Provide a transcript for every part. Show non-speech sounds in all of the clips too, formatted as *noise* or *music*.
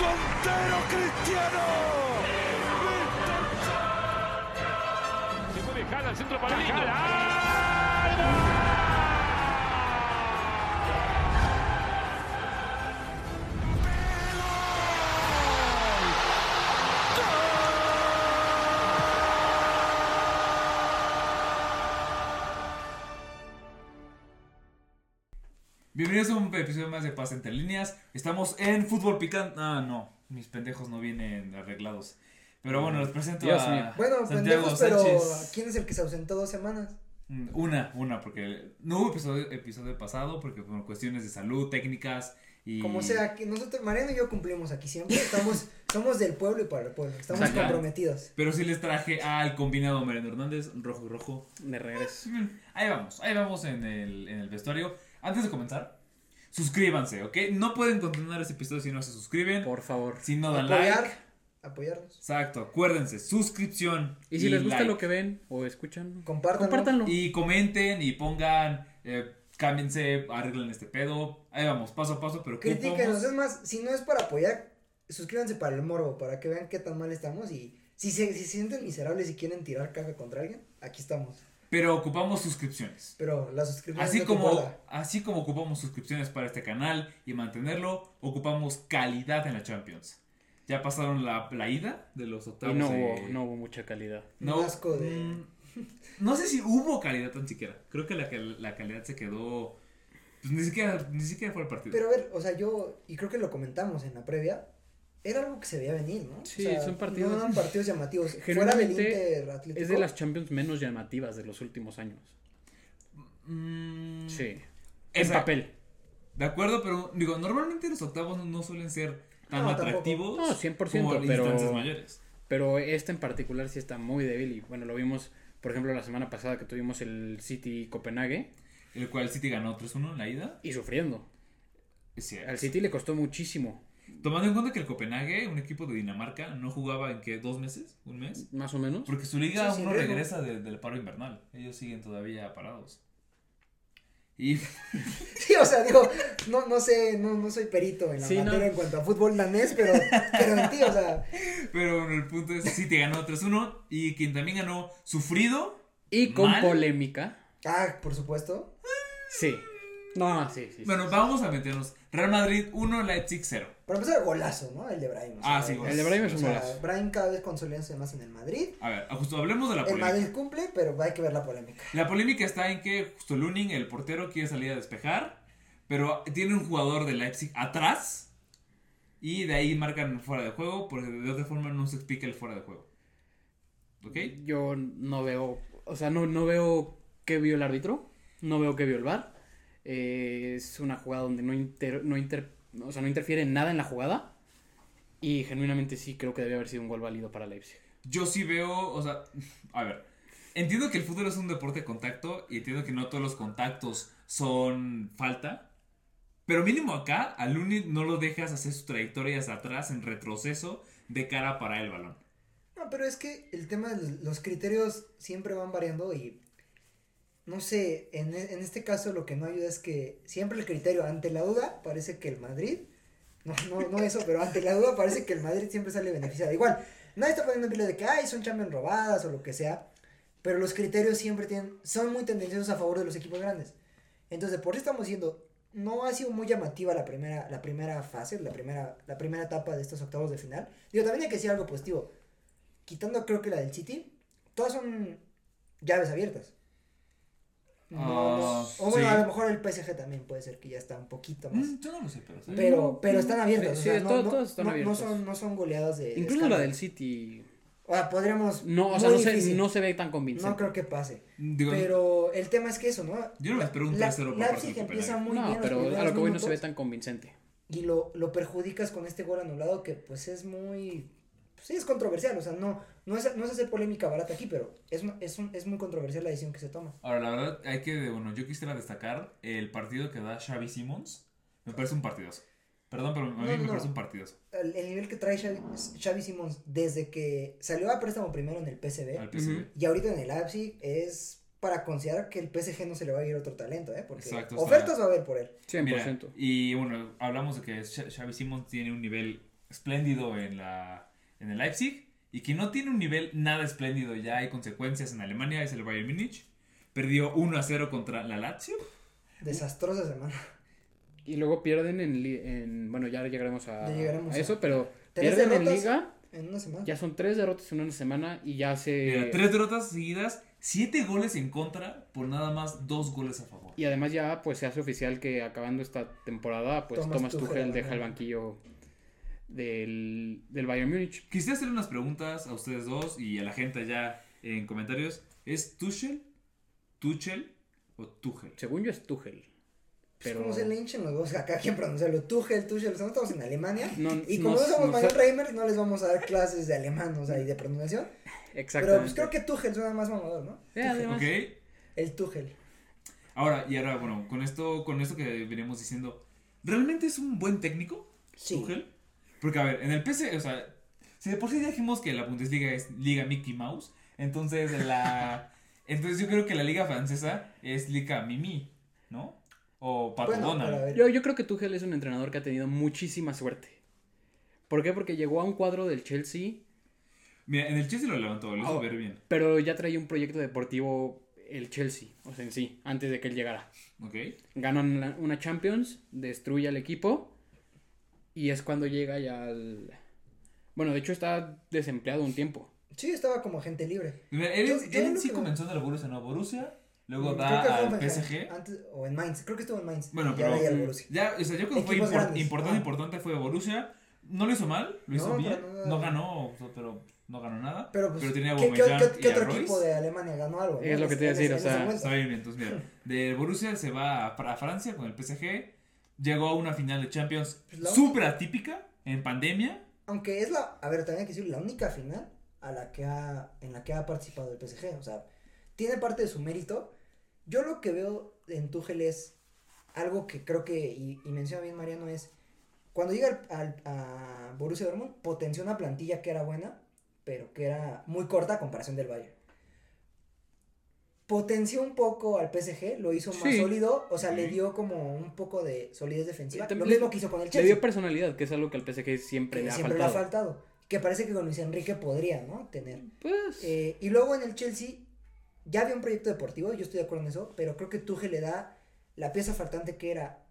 ¡Pero Cristiano! Se puede Jala, el centro para Lindo. Bienvenidos a un episodio más de Paz Entre Líneas. Estamos en Fútbol Picante. Ah, no, mis pendejos no vienen arreglados. Pero bueno, les presento Dios a mío. Bueno, Santiago pendejos, pero Sánchez. ¿quién es el que se ausentó dos semanas? Mm, Una, una, porque no hubo episodio, episodio pasado, porque por cuestiones de salud, técnicas y... Como sea, que nosotros, Mariano y yo cumplimos aquí siempre. Estamos, *laughs* somos del pueblo y para el pueblo. Estamos Exacto. comprometidos. Pero sí les traje al combinado Mariano Hernández, rojo y rojo. De regreso. Ahí vamos, ahí vamos en el, en el vestuario. Antes de comenzar, suscríbanse, ¿ok? No pueden continuar este episodio si no se suscriben, Por favor. si no dan Apoyar, like. apoyarnos. Exacto, acuérdense, suscripción. Y si les gusta like. lo que ven o escuchan, Compártanlo. compártanlo. Y comenten y pongan, eh, cámbiense, arreglen este pedo. Ahí vamos, paso a paso, pero ¿qué Critíquenos, podemos? es más, si no es para apoyar, suscríbanse para el morbo, para que vean qué tan mal estamos y si se, si se sienten miserables y quieren tirar caja contra alguien, aquí estamos. Pero ocupamos suscripciones. Pero la suscripción Así no como, importa. así como ocupamos suscripciones para este canal y mantenerlo, ocupamos calidad en la Champions. Ya pasaron la, la ida de los Y octavos. no de- hubo, no hubo mucha calidad. No, Un asco de- mm, no sé si hubo calidad tan siquiera. Creo que la, cal- la calidad se quedó. pues, ni, siquiera, ni siquiera fue el partido. Pero a ver, o sea, yo, y creo que lo comentamos en la previa, era algo que se veía venir, ¿no? Sí, O sea, son partidos- *laughs* No eran partidos llamativos. Fuera del Generalmente, Inter Atlético. Es de las Champions menos llamativas de los últimos años. Mm, Sí. En esa- papel. De acuerdo, pero digo, normalmente los octavos no, no suelen ser tan No, tampoco. atractivos No, 100%, como en pero- instancias mayores. Pero este en particular sí está muy débil. Y bueno, lo vimos, por ejemplo, la semana pasada que tuvimos el City Copenhague. El cual City ganó 3-1 en la ida. Y sufriendo. Es cierto. Al City le costó muchísimo. Tomando en cuenta que el Copenhague, un equipo de Dinamarca, no jugaba en que dos meses, un mes. Más o menos. Porque su liga Sí, sí, aún no luego. regresa de- del paro invernal. Ellos siguen todavía parados. Y *laughs* *laughs* Sí, o sea, digo, no, no sé, no, no soy perito en la Sí, no. materia en cuanto a fútbol danés, pero, pero en ti, o sea, Pero bueno, el punto es, City ganó 3-1 y quien también ganó sufrido. Y con Mal. polémica. ah, por supuesto. Sí. No, sí, sí. sí, Bueno, sí. vamos a meternos. Real Madrid 1, Leipzig 0. Para empezar, golazo, ¿no? El de Brahim. o Ah, sea, sí, el de Brahim es un O sea, golazo. Brahim cada vez consolidándose más en el Madrid. A ver, justo hablemos de la El polémica. Madrid cumple, pero hay que ver la polémica. La polémica está en que justo Luning, el portero, quiere salir a despejar, pero tiene un jugador de Leipzig atrás y de ahí marcan fuera de juego, porque de otra forma no se explica el fuera de juego. ¿Ok? Yo no veo, o sea, no, no veo qué vio el árbitro, no veo qué vio el VAR. Eh, es una jugada donde no, inter, no, inter, o sea, no interfiere en nada en la jugada. Y genuinamente sí creo que debe haber sido un gol válido para Leipzig. Yo sí veo, o sea, a ver, entiendo que el fútbol es un deporte de contacto y entiendo que no todos los contactos son falta, pero mínimo acá al Uni no lo dejas hacer su trayectoria hacia atrás en retroceso de cara para el balón. No, pero es que el tema de los criterios siempre van variando y no sé, en, e- en este caso lo que no ayuda es que siempre el criterio ante la duda parece que el Madrid, no, no, no eso, pero ante la duda parece que el Madrid siempre sale beneficiado. Igual, nadie está poniendo en pila de que, ay, son champions robadas o lo que sea, pero los criterios siempre tienen, son muy tendenciosos a favor de los equipos grandes. Entonces, por eso estamos diciendo, no ha sido muy llamativa la primera, la primera fase, la primera, la primera etapa de estos octavos de final. Digo, también hay que decir algo positivo. Quitando creo que la del City, todas son llaves abiertas. No, no. Ah, O bueno, sí. a lo mejor el PSG también puede ser que ya está un poquito más. Mm, yo no lo sé, pero... sí. Pero, pero están abiertas. o Mm, Sí, sea, de no, todo- no- todas están no- no abiertas. son, no son goleadas de. de Incluso la escándalo. del City. O sea, podríamos. No, o sea, muy no se, difícil. no se ve tan convincente. No creo que pase. Digo, Pero el tema es que eso, ¿no? yo no me espero un 3-0 La- por parte del Leipzig empieza Copenhague. muy No, bien. los pero a primeros lo que voy no se minutos. ve tan convincente. y lo, lo perjudicas con este gol anulado que pues es muy pues, sí es controversial, o sea, no no es, no es hacer polémica barata aquí, pero es, una- es, un- es muy controversial la decisión que se toma. Ahora, la verdad, hay que, bueno, yo quisiera destacar el partido que da Xavi Simons. Me parece un partidazo. Perdón, pero a mí No, me no. parece un partidazo. El, el nivel que trae Xavi, Xavi Simons desde que salió a préstamo primero en el PSV Al PSG. y ahorita en el Leipzig es para considerar que el PSG no se le va a ir otro talento, ¿eh? Porque Exacto, está- ofertas va a haber por él. 100%. Mira, y bueno, hablamos de que Xa- Xavi Simons tiene un nivel espléndido en, la, en el Leipzig y que no tiene un nivel nada espléndido ya hay consecuencias en Alemania es el Bayern Múnich. Perdió 1 a 0 contra la Lazio. Desastrosa semana. *laughs* Y luego pierden en, li- en- bueno, ya llegaremos a, Ya llegaremos a eso, a- pero Tres pierden en derrotas. liga, En una semana. ya son tres derrotas en una semana y ya Mira, se tres derrotas seguidas, siete goles en contra por nada más dos goles a favor. y además ya pues se hace oficial que acabando esta temporada, pues Thomas Thomas Tuchel Tuchel, deja el abandona. banquillo del, del Bayern Múnich. Quisiera hacer unas preguntas a ustedes dos y a la gente allá en comentarios. ¿Es Tuchel, Tuchel o Tuchel? Según yo es Tuchel. Pues Pero como se le hinchen los dos acá, quien pronunciarlo, Tuchel, Tuchel, o sea, no estamos en Alemania. no, Y como no, no- somos no mayor sé- Reimer, no les vamos a dar clases de alemán, o sea, y de pronunciación. Pero Exactamente. pues creo que Tuchel suena más mamador, ¿no? Eh, además, Ok. El Tuchel. Ahora, y ahora, bueno, con esto, con esto que veníamos diciendo, ¿realmente es un buen técnico? Sí. Tuchel? Porque, a ver, en el PC, o sea, si de por sí ya dijimos que la Bundesliga es Liga Mickey Mouse, entonces la. entonces yo creo que la Liga Francesa es Liga Mimi, ¿no? O Pato Bueno, pero a Donald. ver. Yo, yo creo que Tuchel es un entrenador que ha tenido muchísima suerte. ¿Por qué? Porque llegó a un cuadro del Chelsea, Mira, en el Chelsea lo levantó, lo hizo Oh. ver bien, pero ya traía un proyecto deportivo el Chelsea, o sea, en sí, antes de que él llegara. ¿ok? Ganan la- una Champions, destruye al equipo y es cuando llega ya al... Bueno, de hecho está desempleado un tiempo. Sí, estaba como gente libre. Mira, él, Yo- es- yo él lo sí que- comenzó en el Borussia, ¿no? Borussia, luego Creo da que fue al Hoffenheim, PSG. Antes, o en Mainz, creo que estuvo en Mainz. Bueno, Ah, Ya pero- de ahí al Borussia. Ya, o sea, yo creo que fue Equipos impor- grandes. importante, Ah. importante fue Borussia. No lo hizo mal, lo hizo No, bien. para nada. No ganó, o sea, pero no ganó nada. Pero, pues, tenía a ¿qué, qué- Aubameyang qué- y qué a otro Royce. equipo de Alemania ganó algo? Es no? lo que te iba a En decir, ese- en esa o sea, vuelta. Está bien, entonces *laughs* mira, de Borussia se va a, Fra- a Francia con el PSG, llegó a una final de Champions Pues la- súper atípica en pandemia. Aunque es la, a ver, también hay que decir, la única final a la que ha, en la que ha participado el PSG. O sea, tiene parte de su mérito. Yo lo que veo en Tuchel es algo que creo que, y, y menciona bien Mariano, es cuando llega al, al- a Borussia Dortmund, potenció una plantilla que era buena, pero que era muy corta a comparación del Bayern. Potenció un poco al PSG, lo hizo más Sí. sólido, o sea, le Sí. dio como un poco de solidez defensiva. También Lo le- mismo que hizo con el Le Chelsea dio personalidad, que es algo que al PSG siempre que le ha siempre faltado. le ha faltado. Que parece que con Luis Enrique podría, ¿no? Tener. Pues... Eh, y luego en el Chelsea ya había un proyecto deportivo, yo estoy de acuerdo en eso, pero creo que Tuchel le da la pieza faltante que era.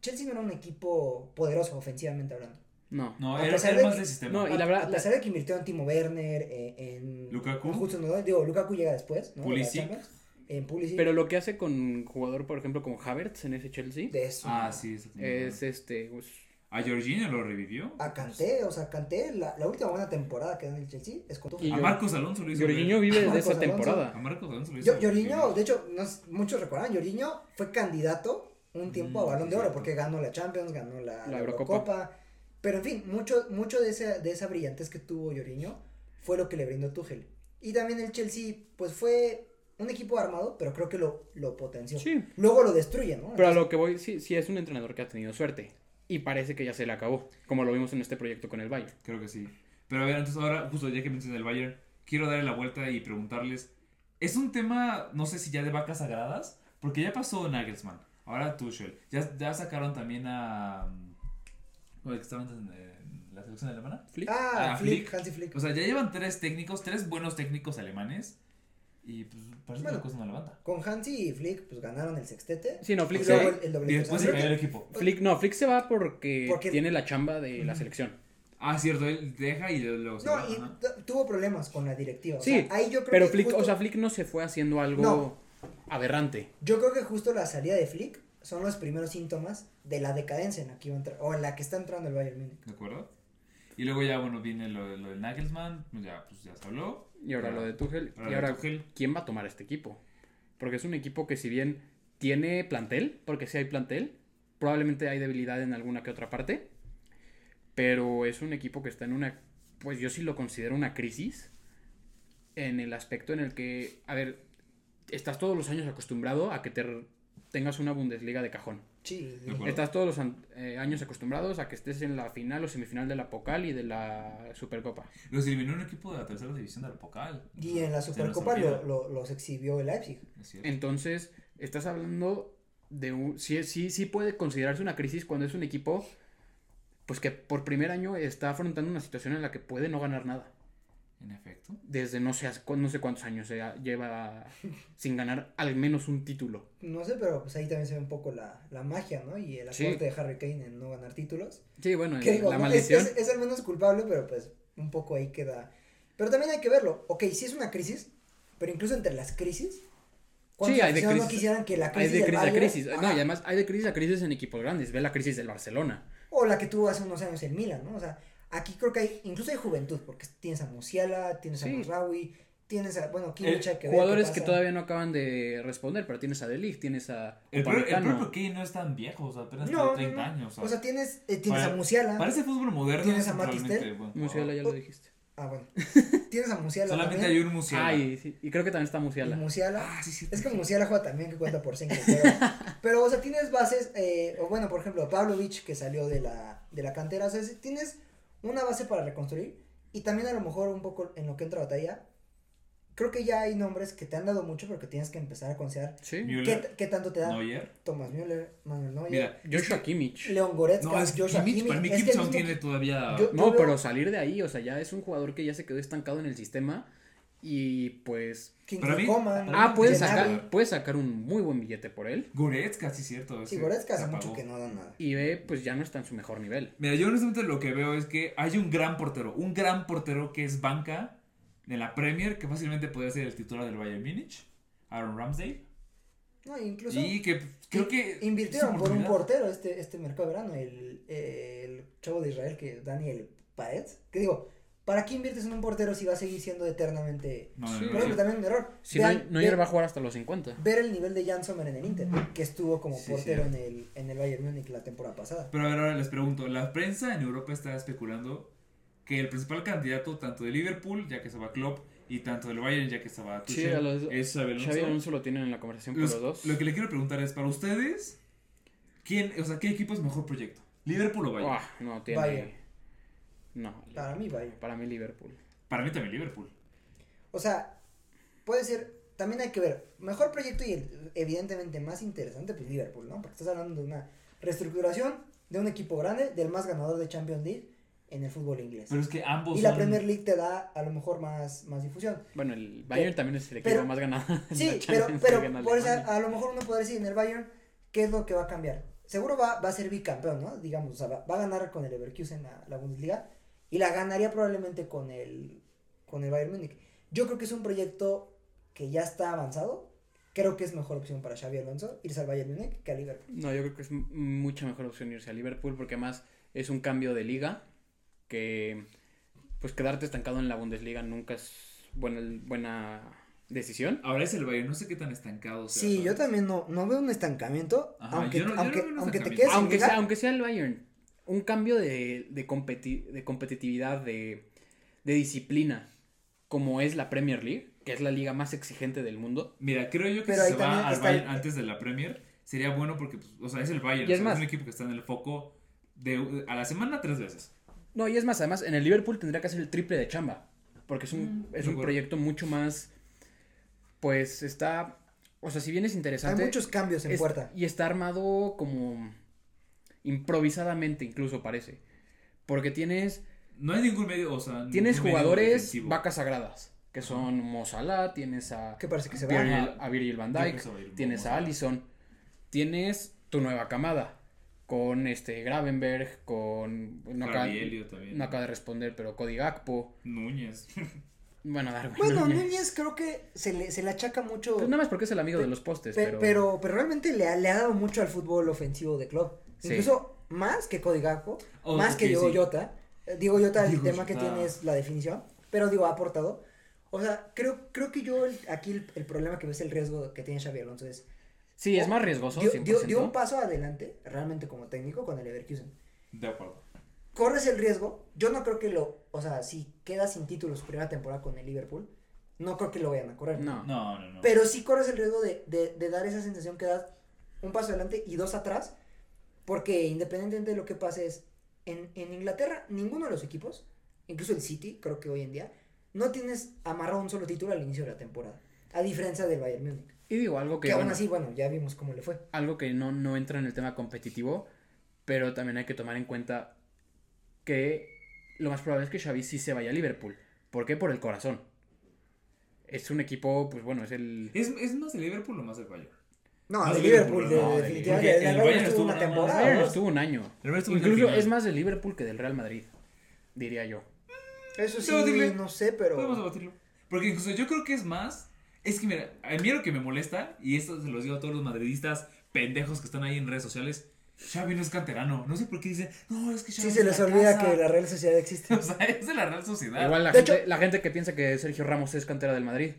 Chelsea no era un equipo poderoso ofensivamente hablando. No. No, A era, pesar era de más que- de sistema. No, y a, la verdad, a la- pesar de que invirtió en Timo Werner, eh, en. Lukaku. en Hudson Odoi, digo, Lukaku llega después, ¿no? De la Pulisic. Champions, En Pulisic. Pero lo que hace con jugador, por ejemplo, con Havertz en ese Chelsea, De eso. Ah, sí, eso tenía es razón. este... pues, A Jorginho lo revivió. A Kanté, o sea, Kanté, la, la última buena temporada que da en el Chelsea es con Tuchel. Y A yo- Marcos Alonso lo hizo Jorginho ver. vive de Marcos esa Alonso. temporada. A Marcos Alonso lo hizo Yo, ver. Jorginho, de hecho, no s- muchos recuerdan, Jorginho fue candidato un tiempo Mm, a Balón de Oro cierto. porque ganó la Champions, ganó la, La la Eurocopa. Eurocopa. Pero en fin, mucho, mucho de, esa, de esa brillantez que tuvo Jorginho fue lo que le brindó Tuchel. Y también el Chelsea, pues fue un equipo armado, pero creo que lo, lo potenció. Sí. Luego lo destruye, ¿no? Pero a lo que voy, sí, sí es un entrenador que ha tenido suerte. Y parece que ya se le acabó, como lo vimos en este proyecto con el Bayern. Creo que sí. Pero a ver, entonces ahora, justo ya que mencioné el Bayern, quiero darle la vuelta y preguntarles. Es un tema, no sé si ya de vacas sagradas, porque ya pasó Nagelsmann, ahora Tuchel. Ya, ya sacaron también a. mm, ¿Cómo es que estaban en, en la selección alemana? Flick. Ah, Ah, Flick, Flick. Hansi Flick. O sea, ya llevan tres técnicos, tres buenos técnicos alemanes. Y pues parece que Bueno. la cosa no levanta. Con Hansi y Flick, pues ganaron el sextete. Sí, no, Y Flick, Ok. luego se, el, el Y doblete. O después se sea, creo cayó el que- equipo. Flick- no, Flick se va porque, Porque- tiene la chamba de la selección. Ah, cierto, él deja y luego se va, No, y ajá. t- tuvo problemas con la directiva. Sí, o sea, ahí yo creo Pero que Flick, justo- o sea, Flick no se fue haciendo algo No. aberrante. Yo creo que justo la salida de Flick son los primeros síntomas de la decadencia en la que iba a entrar, o en la que está entrando el Bayern Múnich. ¿De acuerdo? Y luego ya, bueno, viene lo, lo de Nagelsmann, pues ya, pues ya se habló. Y ahora Ya. lo de Tuchel. Ahora y de ahora, Tuchel. ¿quién va a tomar este equipo? Porque es un equipo que si bien tiene plantel, porque si hay plantel, probablemente hay debilidad en alguna que otra parte, pero es un equipo que está en una, pues yo sí lo considero una crisis, en el aspecto en el que, a ver, estás todos los años acostumbrado a que te r- tengas una Bundesliga de cajón. Sí. De acuerdo. Estás todos los an- eh, años acostumbrados a que estés en la final o semifinal de la Pocal y de la Supercopa. Los eliminó un equipo de la tercera división de la Pocal. Y en la Se nos Supercopa olvida, lo- lo- los exhibió el Leipzig. es cierto. Entonces, estás hablando de un... Sí, sí, sí puede considerarse una crisis cuando es un equipo pues que por primer año está afrontando una situación en la que puede no ganar nada. En efecto. Desde no sé, hace- no sé cuántos años se ha- *laughs* lleva sin ganar al menos un título. No sé, pero pues ahí también se ve un poco la, la magia, ¿no? Y el Sí. aporte de Harry Kane en no ganar títulos. Sí, bueno, Que eh, digo, la no, es, maldición. es- es al menos culpable, pero pues un poco ahí queda. Pero también hay que verlo. Ok, sí es una crisis, pero incluso entre las crisis, ¿cuántos Sí, hay de aficionados no crisis- quisieran que la Hay crisis de del crisis a Bayern- crisis. No, Ajá. y además hay de crisis a crisis en equipos grandes. Ve la crisis del Barcelona. O la que tuvo hace unos años el Milan, ¿no? O sea, aquí creo que hay, incluso hay juventud, porque tienes a Musiala, tienes a Sí. Masraoui, tienes a, bueno, Eh, Kimucha, que ver qué Jugadores que pasa. todavía no acaban de responder, pero tienes a De Ligt, tienes a El, pro- el Upamecano. propio Kane no es tan viejo, o sea, apenas No, no, tiene 30 no. años. O sea, tienes, eh, tienes Para- a Musiala. parece fútbol moderno. ¿Tienes a realmente, Matistel? bueno, Musiala, ya lo dijiste. Ah, *laughs* bueno. Tienes a Musiala. Solamente también, hay un Musiala. Ay, sí, y creo que también está y Musiala. Musiala. sí, sí. Es que Musiala juega también que cuenta por 5. *laughs* Pero, pero, o sea, tienes bases, eh, o bueno, por ejemplo, Pavlovich que salió de la, de la cantera. O sea, si tienes una base para reconstruir y también a lo mejor un poco en lo que entra batalla. Creo que ya hay nombres que te han dado mucho, pero que tienes que empezar a considerar Sí. qué, Müller, qué tanto te da Neuer. Thomas Müller, Manuel Neuer, Mira, Joshua Kimmich. Leon Goretzka, no, es que Joshua Kimmich, Kimmich. para mí Es que el Kimmich aún mismo- tiene todavía... Yo- No, veo- pero salir de ahí, o sea, ya es un jugador que ya se quedó estancado en el sistema y pues... Kingsley para mí- Coman, para mí- Ah, puedes Gennady. sacar, puedes sacar un muy buen billete por él Goretzka, sí, cierto. Sí, ese Goretzka hace se mucho apagó. que no da nada. y ve, pues ya no está en su mejor nivel. Mira, yo honestamente lo que veo es que hay un gran portero, un gran portero que es banca de la Premier, que fácilmente podría ser el titular del Bayern Múnich, Aaron Ramsdale. No, incluso. Y que creo que. Invirtieron por un oportunidad. portero este, este mercado de verano, el, el chavo de Israel, que Daniel Paez. Que digo, ¿para qué inviertes en un portero si va a seguir siendo eternamente? No, no, Sí, no, Por ejemplo, sí. también un error. Si Vean- no, Neuer ve- va a jugar hasta los 50. ver el nivel de Jan Sommer en el Inter, que estuvo como Sí, portero en cierto. el, en el Bayern Múnich la temporada pasada. Pero a ver, ahora les pregunto: la prensa en Europa está especulando que el principal candidato, tanto de Liverpool, ya que se va Klopp, y tanto del Bayern, ya que se va Tuchel, a los- es Xabi Alonso. Xavi Alonso lo tienen en la conversación por Los- los dos. Lo que le quiero preguntar es: para ustedes, ¿quién, o sea, ¿qué equipo es mejor proyecto? ¿Liverpool o Bayern? Ah, no, tiene... Bayern. No, Para mí, Bayern. para mí Liverpool. Para mí también Liverpool. O sea, puede ser, también hay que ver, mejor proyecto y el- evidentemente más interesante, pues Liverpool, ¿no? Porque estás hablando de una reestructuración de un equipo grande, del más ganador de Champions League en el fútbol inglés. Pero es que ambos Y la son- Premier League te da a lo mejor más, más difusión. Bueno, el Bayern también es el equipo pero- más ganado. *laughs* en la Sí, pero, Champions pero League en por eso Alemania. a lo mejor uno podría decir en el Bayern, ¿qué es lo que va a cambiar? Seguro va, va a ser bicampeón, ¿no? Digamos, o sea, va, va a ganar con el Leverkusen la, la Bundesliga y la ganaría probablemente con el, con el Bayern Múnich. Yo creo que es un proyecto que ya está avanzado. Creo que es mejor opción para Xavi Alonso irse al Bayern Múnich que al Liverpool. No, yo creo que es m- mucha mejor opción irse a Liverpool porque además es un cambio de liga que pues quedarte estancado en la Bundesliga nunca es buena, buena decisión. Ahora es el Bayern, no sé qué tan estancado sea. Sí, ¿sabes? yo también no, no veo un estancamiento, Ajá, aunque, yo no- yo no aunque, veo un aunque estancamiento. te quedes sin Aunque liga, sea, aunque sea el Bayern, un cambio de, de, competi- de competitividad, de, de disciplina, como es la Premier League, que es la liga más exigente del mundo. Mira, creo yo que Pero si ahí se va también al está Bayern el- antes de la Premier, sería bueno porque, pues, o sea, es el Bayern. Y es o sea, más- un equipo que está en el foco de, a la semana tres veces. No, y es más, además, en el Liverpool tendría que hacer el triple de chamba. Porque es un, Mm, es de un acuerdo. proyecto mucho más. Pues está. O sea, si bien es hay interesante. muchos cambios en es- puerta. Y está armado como. improvisadamente, incluso parece. Porque tienes. No hay ningún medio, o sea, Tienes ningún medio jugadores defensivo. vacas sagradas. Que son Mo Salah, tienes a. Que parece que se va. Virgil- Ajá. a Virgil Van Yo creo que Dijk, se va a ir Mo tienes a Salah. Allison, tienes tu nueva camada. Con este Gravenberg, con. No acaba, Rabielio también. no acaba de responder, pero Cody Gakpo. Núñez. *laughs* Bueno, Darwin. *laughs* Bueno, Núñez. Núñez creo que se le, se le achaca mucho. Pues nada más porque es el amigo de los Pe- postes, pero... pero. Pero, realmente le ha, le ha dado mucho al fútbol ofensivo de club. Sí. Incluso más que Cody Gakpo, Oh, más que ok, Diego sí. Jota. Eh, Diego Jota, el Diego tema que Jota. tiene es la definición, pero digo, ha aportado. O sea, creo, creo que yo el- aquí el, el problema que ves el riesgo que tiene Xavi Alonso es. Sí, es más riesgoso, Dio, 100%. dio- dio un paso adelante, realmente como técnico, con el Leverkusen. De acuerdo. Corres el riesgo. Yo no creo que lo. O sea, si quedas sin títulos primera temporada con el Liverpool, no creo que lo vayan a correr. No. No, no, no. Pero sí corres el riesgo de, de- de dar esa sensación que das un paso adelante y dos atrás. Porque independientemente de lo que pase es, en, en Inglaterra ninguno de los equipos, incluso el City, creo que hoy en día, no tienes amarrado un solo título al inicio de la temporada. A diferencia del Bayern Múnich. Y digo algo Que que, aún bueno, así, bueno, ya vimos cómo le fue. algo que no, no entra en el tema competitivo, pero también hay que tomar en cuenta que lo más probable es que Xavi sí se vaya a Liverpool. ¿Por qué? Por el corazón. Es un equipo, pues bueno, es el... ¿Es, es más de Liverpool o más del Bayern? No, No, de de Liverpool, Liverpool, de- no, de definitivamente. Liverpool. El El Bayern Bayern estuvo estuvo una nada más. temporada. Bayern ¿no? estuvo un año. El Bayern estuvo en la Incluso final. es más del Liverpool que del Real Madrid, diría yo. Eso sí, Debatible. no sé, pero. Podemos debatirlo. Porque incluso yo creo que es más. Es que mira, a mí lo que me molesta, y esto se los digo a todos los madridistas pendejos que están ahí en redes sociales, Xavi no es canterano. No sé por qué dicen, no, es que Xavi Sí, es se de les la olvida casa". que la Real Sociedad *laughs* existe. O sea, es de la Real Sociedad. Igual la De gente, hecho- la gente que piensa que Sergio Ramos es cantera del Madrid.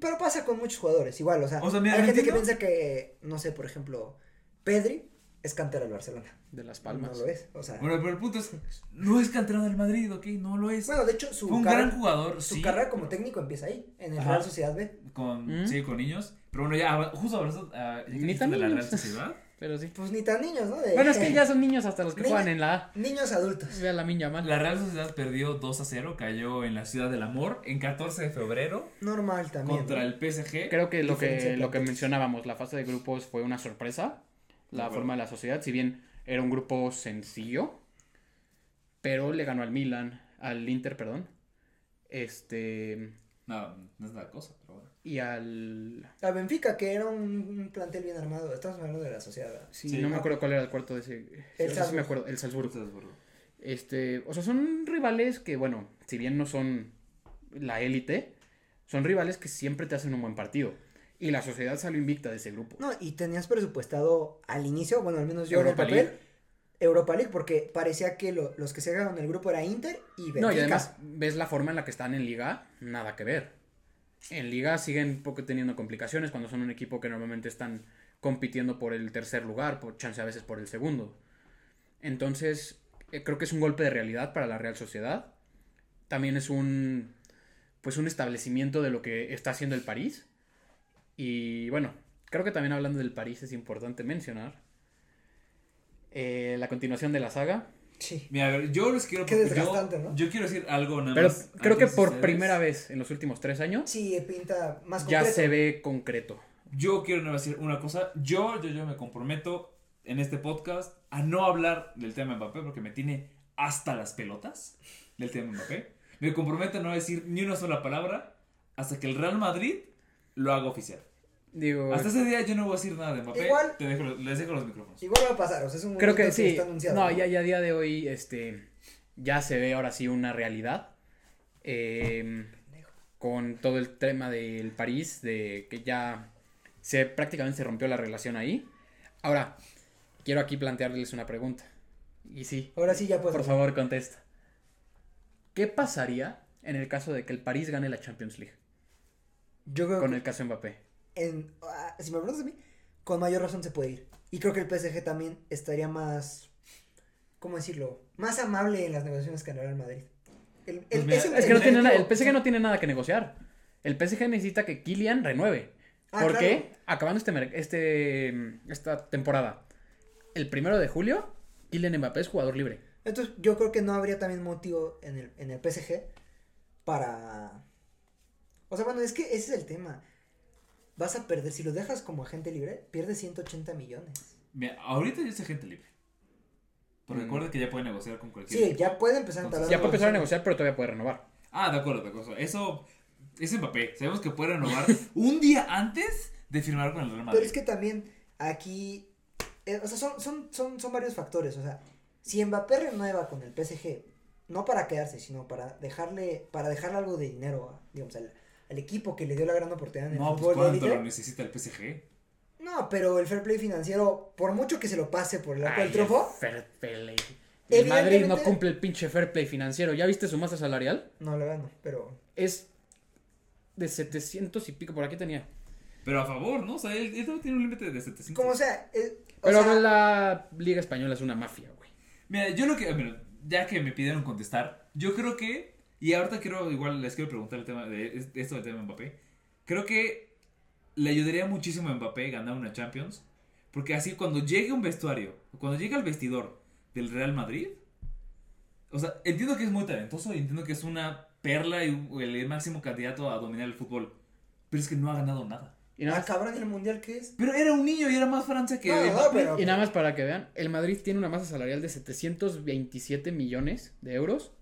Pero pasa con muchos jugadores, igual, o sea, O sea, mira, hay ¿me gente que entiendo? piensa que, no sé, por ejemplo, Pedri es cantera del Barcelona. De Las Palmas. No lo es, o sea. Bueno, Bueno, pero el punto es, no es canterano del Madrid, ¿ok? No lo es. de hecho, su, Fue un carre- gran jugador, su sí. carrera como técnico empieza ahí, en el Ajá. Real Sociedad B. Con, ¿Mm? Sí, con niños. Pero bueno, ya, ahora- justo hablando ah, ya que Ni dijiste tan de la Real niños. *laughs* Sociedad. Pero sí. Pues ni tan niños, ¿no? De- Bueno, es que ya son niños hasta los que Mira. juegan en la A. *laughs* Niños adultos. Ve a la minya mal. La Real Sociedad perdió 2 a 0, cayó en la Ciudad del Amor en 14 de febrero Normal también. contra ¿no? el PSG. Creo que lo Diferencia que, de lo que planteles. mencionábamos, la fase de grupos fue una sorpresa. La acuerdo. forma de la sociedad, si bien era un grupo sencillo, pero le ganó al Milan, al Inter, perdón. Este. No, no es la cosa, pero bueno. Y al. A Benfica, que era un, un plantel bien armado. Estamos hablando de la Sociedad. ¿verdad? Sí, Sí. no me acuerdo cuál era el cuarto de ese. El o sea, sí me Salzburgo. acuerdo, el Salzburgo. Salzburgo. Este, o sea, son rivales que, bueno, si bien no son la élite, son rivales que siempre te hacen un buen partido. Y la sociedad salió invicta de ese grupo. No, y tenías presupuestado al inicio, bueno, al menos yo en el Europa papel, League. Europa League, porque parecía que lo- los que se ganaron el grupo era Inter y Benfica. No, y además ves la forma en la que están en liga, nada que ver. En liga siguen poco teniendo complicaciones cuando son un equipo que normalmente están compitiendo por el tercer lugar, por chance a veces por el segundo. Entonces, eh, creo que es un golpe de realidad para la Real Sociedad. También es un pues un establecimiento de lo que está haciendo el París. Y bueno, creo que también hablando del París es importante mencionar eh, la continuación de la saga, Sí. Mira, a ver, yo les quiero Qué yo- desgastante, ¿no? Yo quiero decir algo nada Pero más. creo que antes de por ustedes. primera vez en los últimos tres años Sí, eh, pinta más ya concreto. se ve concreto. Yo quiero nada más decir una cosa. Yo, yo, yo me comprometo en este podcast a no hablar del tema Mbappé porque me tiene hasta las pelotas del tema Mbappé. Me comprometo a no decir ni una sola palabra hasta que el Real Madrid lo haga oficial. Digo, Hasta ese día yo no voy a decir nada de Mbappé. Igual- Te dejo- les dejo los micrófonos. Igual va a pasar, o sea, es un creo momento que sí. está anunciado. No, ya, ya a día de hoy, este, ya se ve ahora sí una realidad. eh, con todo el tema del París, de que ya se prácticamente se rompió la relación ahí. Ahora, quiero aquí plantearles una pregunta. Y sí, Ahora sí ya pues. por favor, contesta. ¿Qué pasaría en el caso de que el París gane la Champions League? Yo creo Con que el caso Mbappé. en- ah, si me preguntas a mí, con mayor razón se puede ir. Y creo que el PSG también estaría más, ¿cómo decirlo? Más amable en las negociaciones que en el Real Madrid. El- el- Pues mira, un- Es que no el- tiene nada, el equipo- PSG no tiene nada que negociar. El PSG necesita que Kylian renueve. Ah, porque claro. acabando este, mer- este mm, esta temporada, el primero de julio, Kylian Mbappé es jugador libre. Entonces, yo creo que no habría también motivo en el, en el PSG para. O sea, bueno, es que ese es el tema. Vas a perder, si lo dejas como agente libre, pierdes 180 millones. Mira, ahorita ya es gente libre. Pero Mm. recuerden que ya puede negociar con cualquier. Sí, ya puede empezar a Entonces, entablar Ya puede empezar negociaciones. a negociar, pero todavía puede renovar. Ah, de acuerdo, de acuerdo. Eso es Mbappé. Sabemos que puede renovar *laughs* un día antes de firmar con el Real Madrid. Pero es que también aquí, eh, o sea, son, son, son, son varios factores. O sea, si Mbappé renueva con el PSG, no para quedarse, sino para dejarle, para dejarle algo de dinero, a, digamos, al, al equipo que le dio la gran oportunidad en el No, pues fútbol de cuánto élite. lo necesita el PSG. No, pero el fair play financiero, por mucho que se lo pase por el Ah, arco Ay, del triunfo, el fair play. El Madrid no Evidentemente- cumple el pinche fair play financiero. ¿Ya viste su masa salarial? no lo gano. Pero Es de 700 y pico, por aquí tenía. Pero a favor, ¿no? O sea, él, él también tiene un límite de 700. como sea, eh, o Pero sea, la Liga Española es una mafia, güey. Mira, yo lo que. Bueno, ya que me pidieron contestar, yo creo que. Y ahorita quiero, igual les quiero preguntar el tema de es- esto del tema de Mbappé. Creo que le ayudaría muchísimo a Mbappé ganar una Champions. Porque así cuando llegue un vestuario, cuando llegue al vestidor del Real Madrid. O sea, entiendo que es muy talentoso y entiendo que es una perla y un- el máximo candidato a dominar el fútbol. Pero es que no ha ganado nada. Y nada Ah, más, cabrón, ¿y el mundial qué es? Pero era un niño y era más Francia que. No, no, Mbappé. pero- pues y nada más para que vean, el Madrid tiene una masa salarial de 727 millones de euros,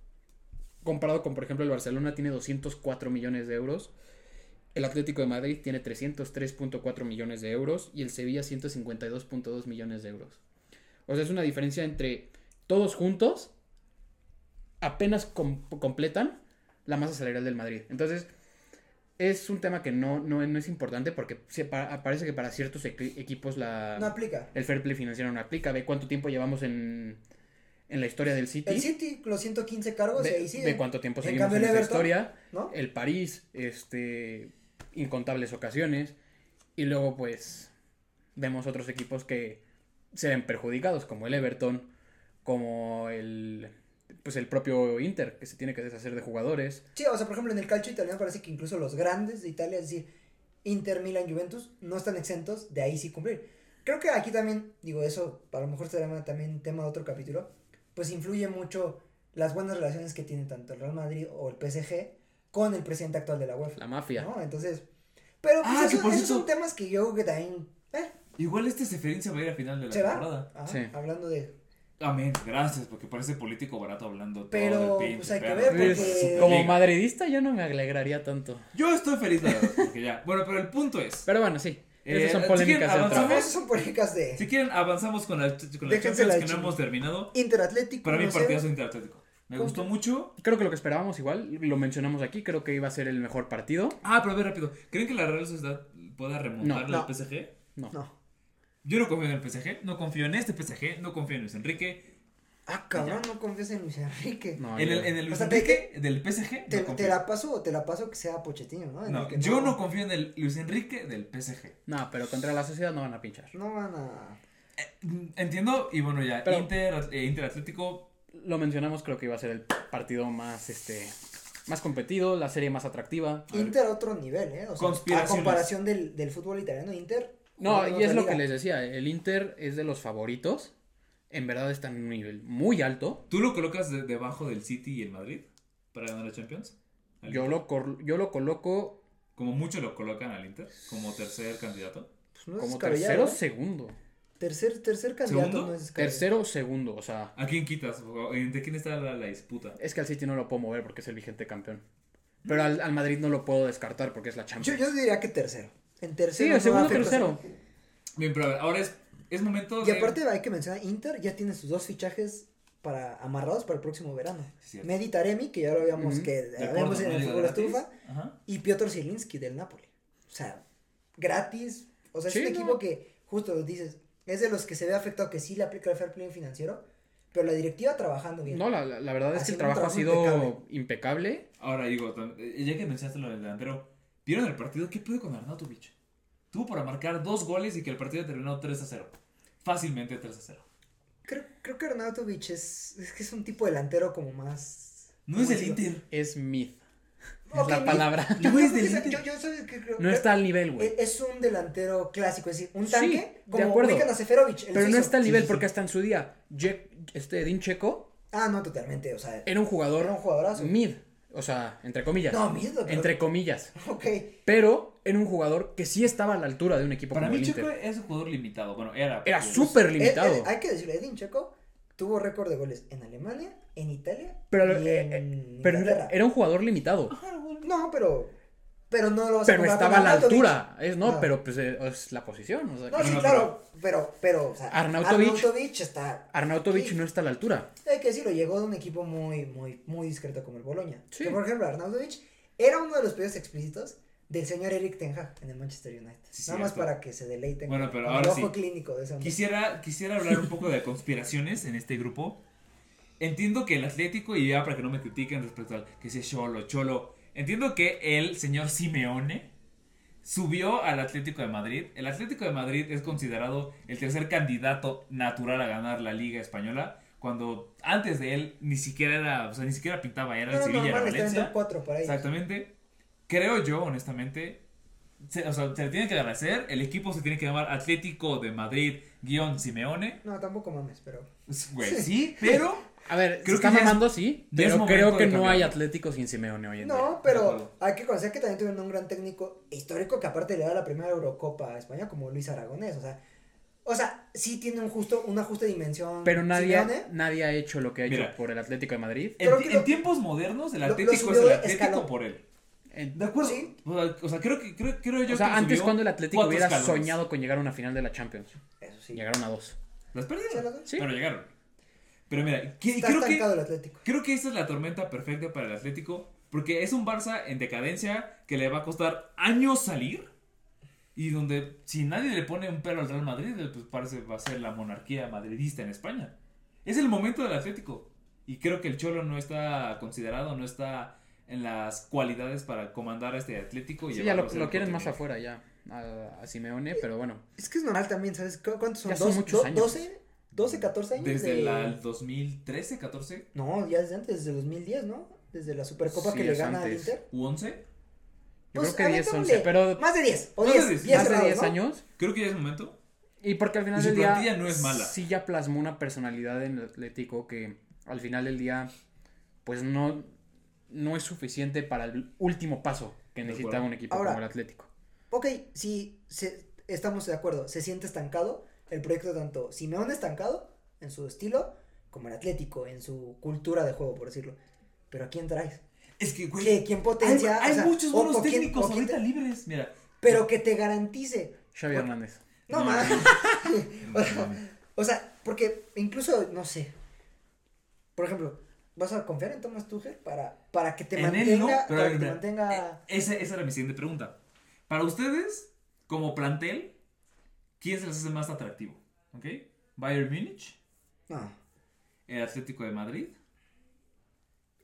comparado con, por ejemplo, el Barcelona tiene 204 millones de euros, el Atlético de Madrid tiene 303.4 millones de euros y el Sevilla 152.2 millones de euros. O sea, es una diferencia entre todos juntos, apenas com- completan la masa salarial del Madrid. Entonces, es un tema que no, no, no es importante porque se pa- parece que para ciertos equi- equipos la No aplica. el fair play financiero no aplica. Ve cuánto tiempo llevamos en, en la historia del City. El City, los 115 cargos, ve, ahí sí. ve cuánto tiempo En seguimos cambio, en el esa Everton, historia. ¿No? El París, este, incontables ocasiones. Y luego, pues, vemos otros equipos que se ven perjudicados, como el Everton, como el, pues, el propio Inter, que se tiene que deshacer de jugadores. Sí, o sea, por ejemplo, en el calcio italiano parece que incluso los grandes de Italia, es decir, Inter, Milan, Juventus, no están exentos de ahí sí cumplir. Creo que aquí también, digo, eso a lo mejor será una- también tema de otro capítulo, pues influye mucho las buenas relaciones que tiene tanto el Real Madrid o el PSG con el presidente actual de la UEFA. La mafia. ¿no? Entonces, pero pues, Ah, eso- que por esos son cierto- temas que yo creo que también... eh, Igual este Seferín se va a ir a final de la ¿Se va? temporada. Ah, Sí. Hablando de... Amén, gracias, porque parece político barato hablando todo Pero, el pinche pues, hay que pedo. ver, porque- Superliga. Como madridista, yo no me alegraría tanto. Yo estoy feliz de verdad, porque ya. Bueno, pero el punto es. Pero bueno, sí. Esas Eh, son si quieren, polémicas de otra avanzamos. Esas son políticas de Si quieren, avanzamos con la, con la Déjense Champions que la no chingada. hemos terminado. Interatlético. Para mí, 1-0. partidazo interatlético. Me ¿Cómo? gustó mucho. Creo que lo que esperábamos igual, lo mencionamos aquí, creo que iba a ser el mejor partido. Ah, pero a ver rápido. ¿Creen que la Real Sociedad pueda remontar No. al PSG? No. No. Yo no confío en el PSG, no confío en este PSG, no confío en Luis Enrique. Ah, cabrón, no confías en Luis Enrique. No, en, yo- el, en el Luis O sea, te- Enrique del PSG. Te, no te confío. la paso o te la paso que sea Pochettino, ¿no? En No, el que yo no confío en el Luis Enrique del PSG. No, pero contra la sociedad no van a pinchar. No van a. Mm, Entiendo, y bueno, ya, Pero- Inter, eh, Inter Atlético. Lo mencionamos, creo que iba a ser el partido más, este, más competido, la serie más atractiva. ver. Inter a otro nivel, ¿eh? O sea, a Conspiraciones. comparación del, del fútbol italiano, Inter. No, jugando y es otra lo que liga. les decía, el Inter es de los favoritos. En verdad está en un nivel muy alto. ¿Tú lo colocas de- debajo del City y el Madrid para ganar la Champions? Al Yo Inter. lo, cor- yo lo coloco Como mucho lo colocan al Inter como tercer candidato. Pues no es como descabellado, tercero ¿eh? segundo. Tercer, tercer candidato ¿Segundo? no es descabellado. Tercero segundo, o sea, ¿A quién quitas? ¿O ¿De quién está la, la disputa? es que al City no lo puedo mover porque es el vigente campeón. Pero al, al Madrid no lo puedo descartar porque es la Yo, Champions. yo diría que tercero. En sí, tercero. el no va a segundo, haber tercero. Bien, pero a ver, ahora es, es momento persona. de. Y aparte hay que mencionar, Inter ya tiene sus dos fichajes para amarrados para el próximo verano. Sí, cierto. Medi Taremi, que ya lo habíamos Ujú. que De acuerdo, hablamos en ¿no? el Llega fútbol gratis. estufa. Ajá. y Piotr Zielinski del Napoli. O sea, gratis. O sea, Sí, es un no. equipo que, justo lo dices, es de los que se ve afectado que sí le aplica el fair play financiero, pero la directiva trabajando bien. No, la, la- la verdad es que el Haciendo un trabajo ha sido trabajo impecable. Ahora digo, tam- eh, ya que mencionaste lo del delantero, ¿vieron el partido? ¿Qué pudo con Arnautovic? Tuvo para marcar dos goles y que el partido terminó 3 a 0. Fácilmente 3 a 0. Creo, creo que Arnautovic es, es que es un tipo delantero como más... No es como del digo, Inter. Es myth. Ok, es la myth. *laughs* palabra. Yo, No creo es que del es- Inter. yo, yo soy- que creo- No está al nivel, güey. creo- E, Es un delantero clásico, es decir, un Sí, tanque de como acuerdo. ubican a Seferovic. el Pero no suizo. está al Sí, nivel sí, sí. porque hasta en su día, Jack- este Edin Checo Ah, no, totalmente, o sea, era un jugador era un jugadorazo. mid. O sea, entre comillas. No, mid, lo que- Entre comillas. Ok, Eh, Pero era un jugador que sí estaba a la altura de un equipo Para como mí, el Checo Inter. es un jugador limitado. Bueno, era. Era porque- súper Ed- limitado. Ed- eh, hay que decirlo, Edin Checo tuvo récord de goles en Alemania, en Italia Pero, y eh, en eh, pero era, Inglaterra. era un jugador limitado. No, pero pero no lo vas a Pero comparar estaba a con la Arnautovic. altura. Es, no, No. pero pues eh, es la posición. o sea, No, sí, No, claro, pero pero o sea, Arnautovic- Arnautovic está Arnautovic Sí. no está a la altura. hay que decirlo, llegó de un equipo muy muy muy discreto como el Boloña. Sí. Que, por ejemplo, Arnautovic era uno de los pedidos explícitos del señor Eric Ten Hag en el Manchester United. Sí, Nada más cierto. para que se deleiten Bueno, pero con ahora el ojo sí. clínico de ese hombre. Quisiera, quisiera hablar un poco de conspiraciones en este grupo. Entiendo que el Atlético, y ya para que no me critiquen respecto al que sea Cholo, Cholo, entiendo que el señor Simeone subió al Atlético de Madrid. El Atlético de Madrid es considerado el tercer candidato natural a ganar la Liga Española, cuando antes de él ni siquiera era, o sea, ni siquiera pintaba, era No, el no, Sevilla, era normal, está en Valencia. top 4 para ellos. Exactamente. Creo yo, honestamente. se- o sea, se le tiene que agradecer. El equipo se tiene que llamar Atlético de Madrid guión Simeone. No, tampoco mames, pero Es- Güey, sí, pero A ver, Creo se está que ya es- mamando, sí, ya es pero momento creo que de no hay cambiarlo. Atlético sin Simeone hoy en día. No, de pero acuerdo. hay que conocer que también tuvieron un gran técnico histórico que aparte le da la primera Eurocopa a España como Luis Aragonés, o sea, o sea, sí tiene un justo, una justa dimensión. Pero nadie, Simeone, nadie ha hecho lo que ha hecho Mira. Eh, por el Atlético de Madrid. En, *laughs* Creo que ti- lo- en tiempos modernos, el lo- lo Atlético es subió el Atlético escalón. por él. En- De acuerdo. Sí. O sea, o sea, creo que creo, creo yo o que sea, lo antes subió cuando el Atlético cuatro hubiera escalones. soñado con llegar a una final de la Champions. Eso sí. Llegaron a dos. Las ¿Se perdieron. las- Sí. Pero llegaron. Pero mira, que- Está creo que estancado el Atlético. Creo que esta es la tormenta perfecta para el Atlético, porque es un Barça en decadencia que le va a costar años salir y donde si nadie le pone un pelo al Real Madrid, pues parece va a ser la monarquía madridista en España. Es el momento del Atlético y creo que el Cholo no está considerado, no está en las cualidades para comandar a este Atlético. Y Sí, ya llevarlo a lo, ser lo un quieren más contenido. afuera ya, a, a Simeone, pero bueno. Es que es normal también, ¿sabes? ¿Cu- ¿Cuántos son? Ya son Dos- muchos do- años. 12, 12, 14 años Desde de- la- el 2013, 14 No, ya desde antes, desde 2010, ¿no? Desde la Supercopa Sí, que le es gana al antes. Inter. u 11, Yo Pues, creo que 10, 11, aventémosle. pero Más de 10, o Más de 10, 10, 10, más de cerrados, 10 ¿no? años. creo que ya es momento. Y porque al final Y su del día. plantilla no es mala. Sí, ya plasmó una personalidad en el Atlético que al final del día, pues no, no es suficiente para el último paso que De necesita acuerdo. un equipo Ahora- como el Atlético. Ok, sí, se- estamos de acuerdo. Se siente estancado el proyecto tanto Simeón estancado en su estilo como el Atlético en su cultura de juego, por decirlo. Pero ¿a quién traes? Es que, güey, ¿Qué- ¿Quién potencia? Hay, hay O sea, muchos o- buenos o quién- técnicos o quién ahorita te- libres. Mira. Pero que te garantice. Xavi Por- Hernández. No, No, *laughs* más. no, o, no. sea, o sea, porque incluso, no sé. Por ejemplo, ¿vas a confiar en Thomas Tuchel para, para que te en mantenga? él no, pero a para ver, que te mira, mantenga. eh, esa, esa era mi siguiente pregunta. Para ustedes, como plantel, ¿quién se les hace más atractivo? ¿Ok? Bayern Múnich, Ah, No. el Atlético de Madrid.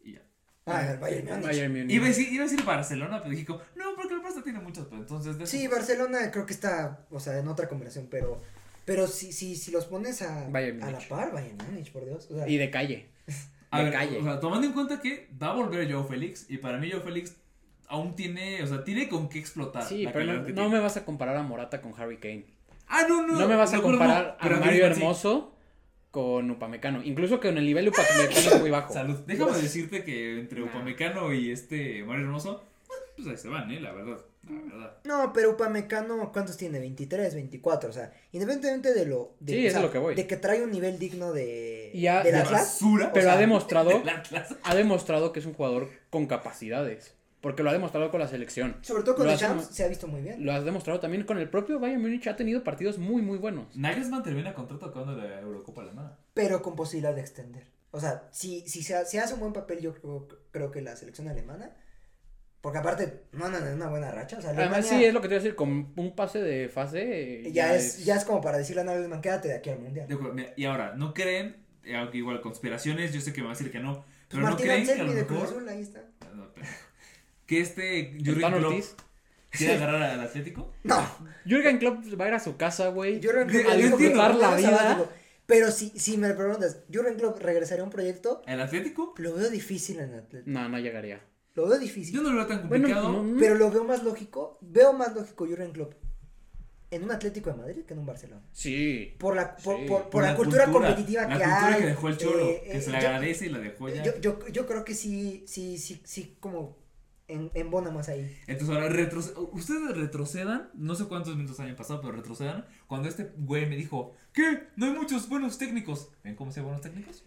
Y ya. Ah, el Bayern Múnich. Bayern Múnich. Iba a decir, iba a decir Barcelona, pero dije, como, no, porque el Barça tiene muchos, pero entonces. de Sí, esos- Barcelona creo que está, o sea, en otra conversación, pero pero si, si, si los pones a, Bayern a la Múnich. par, Bayern Múnich, por Dios. o sea, Y de calle. A de ver, calle. o sea, tomando en cuenta que va a volver Joe Félix, y para mí Joe Félix aún tiene, o sea, tiene con qué explotar. Sí, la pero no, calidad que no tiene. me vas a comparar a Morata con Harry Kane. Ah, no, no. No me vas a de acuerdo, comparar pero a Mario Griezmann sí. Hermoso con Upamecano. Incluso que en el nivel de Upamecano es muy bajo. Salud. Déjame decirte que entre Nah. Upamecano y este Mario Hermoso, pues ahí se van, ¿eh? La verdad. La verdad. No, pero Upamecano, ¿cuántos tiene? 23, 24, o sea, independientemente de lo de, Sí, o es sea, lo que voy. de que trae un nivel digno de Y ya- del de Atlas. basura. Pero o sea, *laughs* ha demostrado, del Atlas. ha demostrado que es un jugador con capacidades. Porque lo ha demostrado con la selección. Sobre todo con Lo el hace Champs muy- se ha visto muy bien. Lo has demostrado también con el propio Bayern Múnich. Ha tenido partidos muy, muy buenos. Nagelsmann termina contrato acabando la Eurocopa alemana. Pero con posibilidad de extender. O sea, si, si, se, ha- si hace un buen papel, yo creo, creo que la selección alemana. Porque aparte, no andan en una buena racha. O sea, Además, Alemania sí, es lo que te iba a decir. Con un pase de fase. eh, ya, es, ya es como para decirle a Nagelsmann, quédate de aquí al mundial. De acuerdo, mira, Y ahora, ¿no creen? Eh, Aunque igual conspiraciones, yo sé que me va a decir que no. Pero no Pues Martín creen que a Anselmi lo de Cruz mejor. Azul, ahí está. No, pero- Que este el Jurgen Tan Klopp Ortiz. *laughs* quiere agarrar al Atlético. No, Jurgen Klopp va a ir a su casa, güey. Jurgen Klopp a ya dijo que disfrutar la no es vida. sabático. Pero si, si me preguntas, Jurgen Klopp regresaría a un proyecto, ¿Al Atlético? lo veo difícil en Atlético. No, no llegaría. Lo veo Yo difícil. no lo veo tan Bueno, complicado. no- Pero lo veo más lógico, veo más lógico Jurgen Klopp en un Atlético de Madrid que en un Barcelona. Sí. Por la, por, Sí, por- por Por la, cultura, competitiva la que cultura hay. que dejó el Cholo, eh, que eh, se le yo- agradece y la dejó ya. Yo, yo, yo creo que sí, sí, sí, sí, como en, embona más ahí. Entonces ahora retroce- ustedes retrocedan, no sé cuántos minutos hayan pasado, pero retrocedan cuando este güey me dijo, ¿qué? No hay muchos buenos técnicos. ¿Ven cómo se hay buenos técnicos?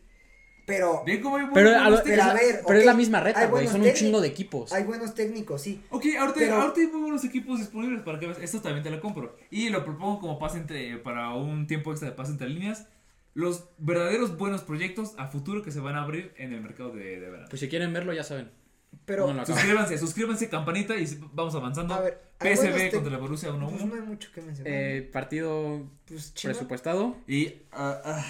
Pero ¿Ven cómo hay buenos, Pero, a lo- buenos es, pero técnicos? a la, ver, pero es la ok, misma hay reta, güey. buenos Son un técnicos. chingo de equipos. hay buenos técnicos, sí. Ok, ahorita, pero- ahorita hay muy buenos equipos disponibles para que veas. Esto también te lo compro. Y lo propongo como pase entre, para un tiempo extra de pase entre líneas. Los verdaderos buenos proyectos a futuro que se van a abrir en el mercado de, de verano. Pues si quieren verlo, ya saben. Pero pues, Pónganlo acá. Suscríbanse, suscríbanse, campanita y vamos avanzando. A ver, hay buenos PSV tec- contra la Borussia pues 1-1. no hay mucho que mencionar. Eh, partido pues Chivas- presupuestado. Y ah, ah,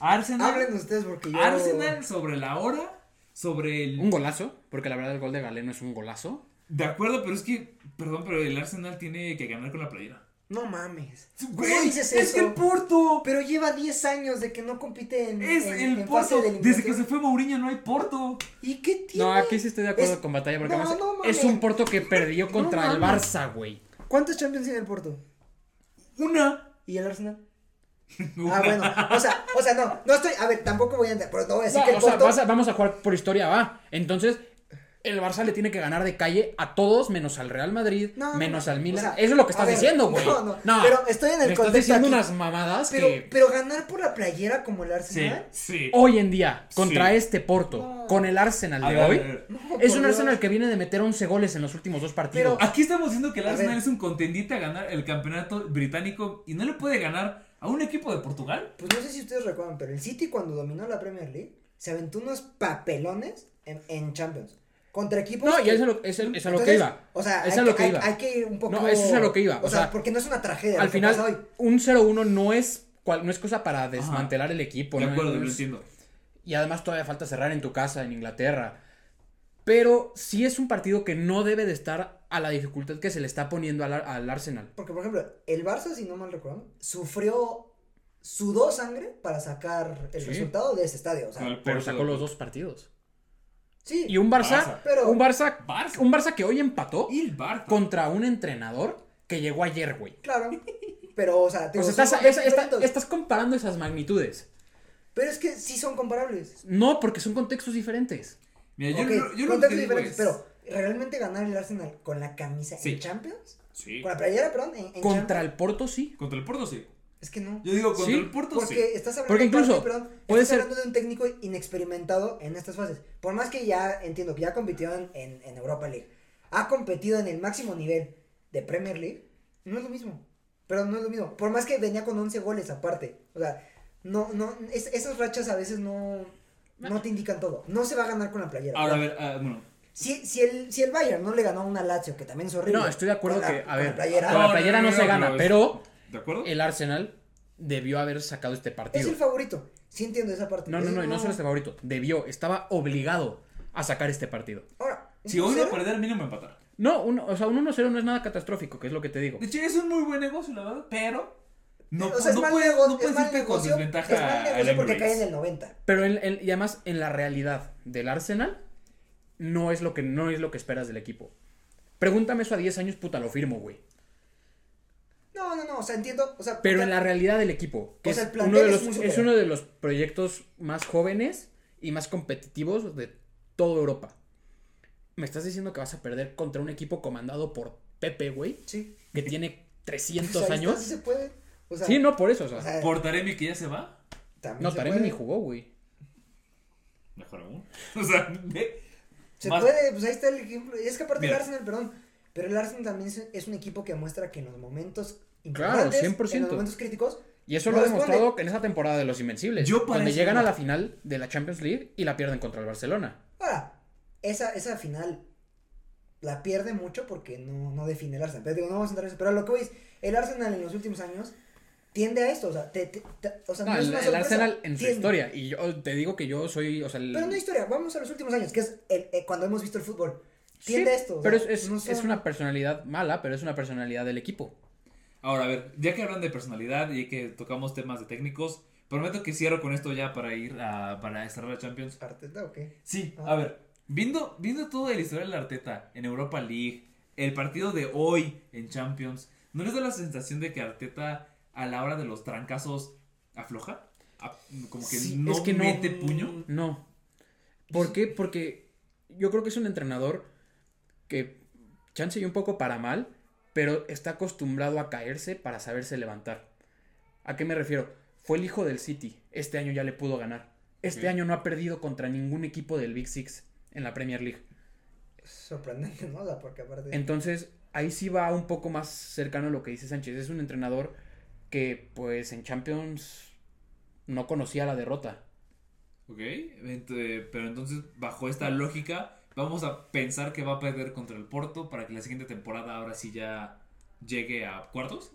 Arsenal. Hablen ustedes porque yo. Arsenal sobre la hora, sobre el... Un golazo, porque la verdad el gol de Galeno es un golazo. De acuerdo, pero es que, perdón, pero el Arsenal tiene que ganar con la playera. No mames. ¿Cómo Güey, dices es eso? el Porto. Pero lleva 10 años de que no compite en. Es en- el en fase Porto. de Desde que eliminación. se fue Mourinho no hay Porto. ¿Y qué tiene? No, aquí sí estoy de acuerdo Es- con Batalla, porque No, además no mames. es un Porto que perdió No contra el mames. Barça, güey. ¿Cuántos Champions tiene el Porto? Una. *laughs* ¿Y el Arsenal? Ah, bueno, o sea, o sea, no, no estoy, a ver, tampoco voy a entrar, pero no voy a decir No, que el o sea, Porto- vas a- vamos a jugar por historia, va. Entonces, el Barça le tiene que ganar de calle a todos, menos al Real Madrid, No, no, menos no, al Milan. o sea, Eso es lo que a estás ver, diciendo, güey. no, no, pero estoy en el me Estás contexto diciendo aquí. unas mamadas pero, que pero ganar por la playera como el Sí, Arsenal. sí. hoy en día, contra Sí. este Porto, No. con el Arsenal A de ver, a hoy, ver. No, es por un Dios. Arsenal que viene de meter 11 goles en los últimos dos partidos. Ah, Pero- Aquí estamos diciendo que el A Arsenal ver. es un contendiente a ganar el campeonato británico y no le puede ganar a un equipo de Portugal. Pues no sé si ustedes recuerdan, pero el City cuando dominó la Premier League se aventó unos papelones en, en Champions. Contra equipos. no, y que- eso es lo- es, es a lo Entonces, que iba. O sea, es hay, a lo que, que hay- iba. hay que ir un poco. No, eso es a lo que iba, o O, sea, sea, porque no es una tragedia. Al lo que pasa hoy. final, un 0-1 no es, cual- no es cosa para desmantelar el equipo. de ¿no? acuerdo, No lo es- entiendo. y además todavía falta cerrar en tu casa en Inglaterra. Pero sí es un partido que no debe de estar a la dificultad que se le está poniendo al, Ar- al Arsenal. Porque, por ejemplo, el Barça, si no mal recuerdo, sufrió. Sudó sangre para sacar el Sí. resultado de ese estadio. O sea, Con el Pero Porto. sacó los dos partidos. sí. Y un Barça, Barça. Pero- un Barça, Barça. un Barça que hoy empató Y el Barça. contra un entrenador que llegó ayer, güey. Claro. Pero, o sea, O digo, son sea, Pues estás, contextos es- está- diferentes. estás comparando esas magnitudes. Pero es que sí son comparables. No, porque son contextos diferentes. Mira, yo, Ok, no- yo no lo que contextos digo diferentes, es- pero realmente ganar el Arsenal con la camisa Sí. en Champions, Sí. con la playera, perdón, en, en Contra Champions, el Porto, sí. Contra el Porto sí. es que no. Yo digo contra Sí, el Porto Porque sí. estás hablando, Porque incluso aparte, perdón, puede estás ser- hablando de un técnico inexperimentado en estas fases. Por más que ya entiendo que ya compitió en, en- en Europa League, ha competido en el máximo nivel de Premier League, no es lo mismo. Pero no es lo mismo. Por más que venía con 11 goles aparte. O sea, no, no, es- esas rachas a veces no, no te indican todo. No se va a ganar con la playera. Ahora, a ver, ah, bueno. Si, si, el, si el Bayern no le ganó a una Lazio, que también es horrible. No, estoy de acuerdo con la- que, a con ver, la playera, con la playera no se gana, pero ¿De acuerdo? El Arsenal debió haber sacado este es partido. el favorito. Sí entiendo esa parte. No, no, Es- no, y no solo este favorito. Debió, estaba obligado a sacar este partido. Ahora, Si hoy no ¿cero? perder, mínimo empatar. No, un- o sea, un 1-0 no es nada catastrófico, que es lo que te digo. De hecho, es un muy buen negocio, la verdad, pero no, pues o sea, es no mal puedes, nego- no es puedes mal irte con negocio- desventaja Es mal al negocio porque cae Emirates. en el 90. Pero en- en- y además, en la realidad del Arsenal, no es lo que, no es lo que esperas del equipo. Pregúntame eso a 10 años, puta, lo firmo, güey. No, no, no, o sea, entiendo, o sea, Pero porque- en la realidad del equipo, que O sea, es, el uno de plantel es los, muy es, superior. uno de los proyectos más jóvenes y más competitivos de toda Europa. Me estás diciendo que vas a perder contra un equipo comandado por Pepe, güey, sí. *laughs* que tiene O 300 sea, ahí está, sí años. se puede. O sea, Sí, no, por eso, o sea. o sea, Por Taremi que ya se va, también no, se Taremi puede. ni jugó, güey. mejor aún. *laughs* O sea, ve, Se Más- puede, pues ahí está el ejemplo. Y es que aparte Mira. el Arsenal, perdón, pero el Arsenal también es, es un equipo que muestra que en los momentos Claro, importantes, 100%. en los momentos críticos, Y eso No lo ha responde. demostrado en esa temporada de los Invencibles. Yo para donde eso llegan no. a la final de la Champions League y la pierden contra el Barcelona. ahora, esa, esa final la pierde mucho porque no, no define el Arsenal. Pero digo, no vamos a entrar en eso. Pero a lo que voy es, el Arsenal en los últimos años tiende a esto. O sea, te- te- te- o sea No, no es el, una el sorpresa, Arsenal en su tiende. historia. Y yo te digo que yo soy, o sea, el- Pero no historia, vamos a los últimos años, que es el- eh, cuando hemos visto el fútbol. Tiende Sí, a esto. o Pero es, sea, es- no es son- una personalidad mala, pero es una personalidad del equipo. Ahora, a ver, ya que hablan de personalidad y que tocamos temas de técnicos, prometo que cierro con esto ya para ir a, para cerrar la Champions. Arteta, ¿o qué? Sí, Ah. a ver, viendo, viendo todo el historial de Arteta en Europa League, el partido de hoy en Champions, ¿no les da la sensación de que Arteta a la hora de los trancazos afloja? A- Como que Sí, no es que no. mete puño. No. ¿Por qué? Porque yo creo que es un entrenador que, chance y un poco para mal, pero está acostumbrado a caerse para saberse levantar. ¿A qué me refiero? Fue el hijo del City. Este año ya le pudo ganar. Este Ok. año no ha perdido contra ningún equipo del Big Six en la Premier League. Sorprendente, ¿no? O sea, porque aparte. Entonces, ahí sí va un poco más cercano a lo que dice Sánchez. Es un entrenador que, pues, en Champions no conocía la derrota. Ok, ent- eh, pero entonces bajo esta lógica vamos a pensar que va a perder contra el Porto para que la siguiente temporada ahora sí ya llegue a cuartos.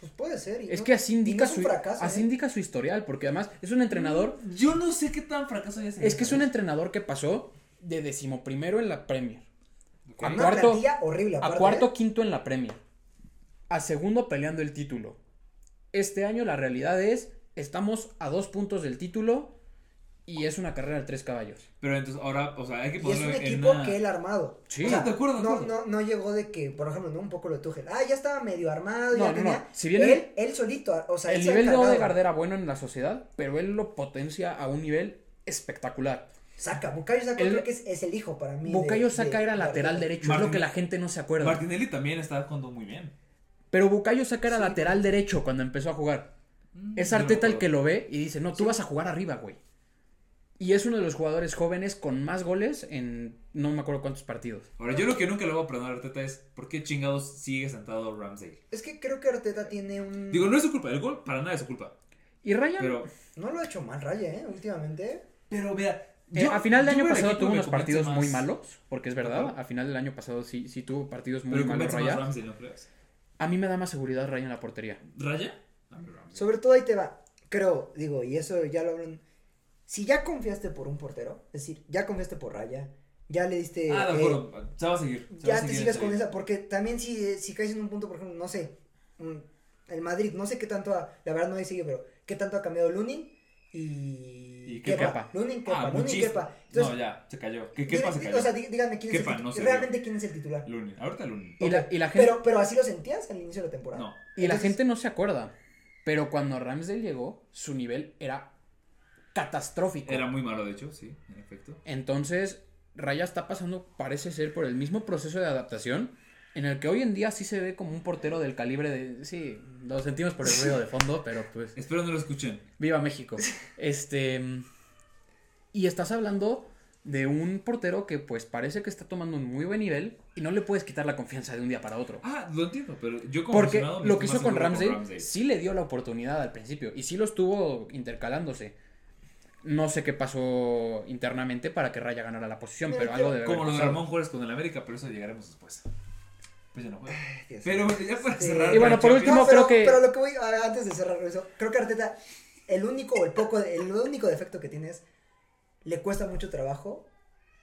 Pues puede ser. y Es no- que así y no indica, es un su, fracaso, así ¿eh? indica su historial, porque además es un entrenador. Yo no sé qué tan fracaso Mm, ya se Es que es un entrenador que pasó de decimoprimero en la Premier, Ok. a Una cuarto- plantilla horrible. a aparte, cuarto ¿eh? quinto en la Premier, a segundo peleando el título. Este año la realidad es, estamos a dos puntos del título y es una carrera de tres caballos. Pero entonces ahora, o sea, hay que Y es ponerlo un en equipo una- que él ha armado. Sí. O sea, De acuerdo, de no, acuerdo. no, no llegó de que, por ejemplo, ¿no? un poco lo de Tuchel. Ah, ya estaba medio armado, No, ya no, tenía. no. Si bien él, él solito, o sea, él el se ha nivel de encargado. Odegaard era bueno en la sociedad, pero él lo potencia a un nivel espectacular. Saca, Bukayo Saka Él- creo que es, es el hijo para mí. Bukayo de- Saka de- era de- lateral de- derecho, es Martin- lo que la gente no se acuerda. Martinelli también está jugando muy bien. Pero Bukayo Saka era lateral derecho cuando empezó a jugar. Es yo no me Arteta el acuerdo. que lo ve y dice, no, tú vas a jugar arriba, güey. Y es uno de los jugadores jóvenes con más goles en no me acuerdo cuántos partidos. Ahora, yo lo que nunca le voy a perdonar a Arteta es ¿por qué chingados sigue sentado Ramsey? Es que creo que Arteta tiene un. Digo, no es su culpa, el gol para nada es su culpa. Y Ryan, Pero, No lo ha hecho mal Raya, ¿eh? Últimamente. pero vea, eh, a final del yo año veo el pasado equipo tuvo que unos convence partidos más- muy malos, porque es verdad, Ajá. a final del año pasado sí, sí tuvo partidos muy Pero malos convence más Ryan. Ramsey, ¿no crees? A mí me da más seguridad Ryan en la portería. ¿Raya? A mí Ramsey. Sobre todo ahí te va. Creo, digo, y eso ya lo hablan. Si ya confiaste por un portero, es decir, ya confiaste por Raya, ya le diste. ah, de eh, acuerdo, se va a seguir. se va a ya te seguir sigas en con serio. esa, porque también si, si caes en un punto, por ejemplo, no sé, mm, el Madrid, no sé qué tanto ha, la verdad no he seguido, pero qué tanto ha cambiado Lunin y, Y Kepa. Lunin, Kepa, Ah, Lunin, muchísimo. Kepa. Entonces, no, ya, se cayó. ¿Qué, qué dime- pasa? di- Se cayó. o sea, di- díganme quién Kepa es el no se titular, realmente quién es el titular. Lunin, ahorita Lunin. Y la- Ok, y la gente- pero, pero así lo sentías al inicio de la temporada. No. Y la Entonces- gente no se acuerda. Pero cuando Ramsdale llegó, su nivel era catastrófico. Era muy malo, de hecho, sí, en efecto. Entonces, Raya está pasando, parece ser, por el mismo proceso de adaptación. En el que hoy en día sí se ve como un portero del calibre de. Sí, lo sentimos por el ruido de fondo, pero pues. Espero no lo escuchen. Viva México. Este. Y estás hablando de un portero que, pues, parece que está tomando un muy buen nivel y no le puedes quitar la confianza de un día para otro. Ah, lo entiendo, pero yo como Porque aficionado me lo que estoy hizo con más seguro Ramsey, por sí le dio la oportunidad al principio y sí lo estuvo intercalándose. No sé qué pasó internamente para que Raya ganara la posición, Mira, pero yo- algo de Como lo de Ramón Juárez con el América, pero eso llegaremos después. Pues ya no juega. Ay, Dios Pero bueno, ya para Sí. cerrar. Y bueno, la por Champions- último, No, pero, creo que- pero lo que voy a- antes de cerrar eso, creo que Arteta, el único o el poco, el único defecto que tiene es, le cuesta mucho trabajo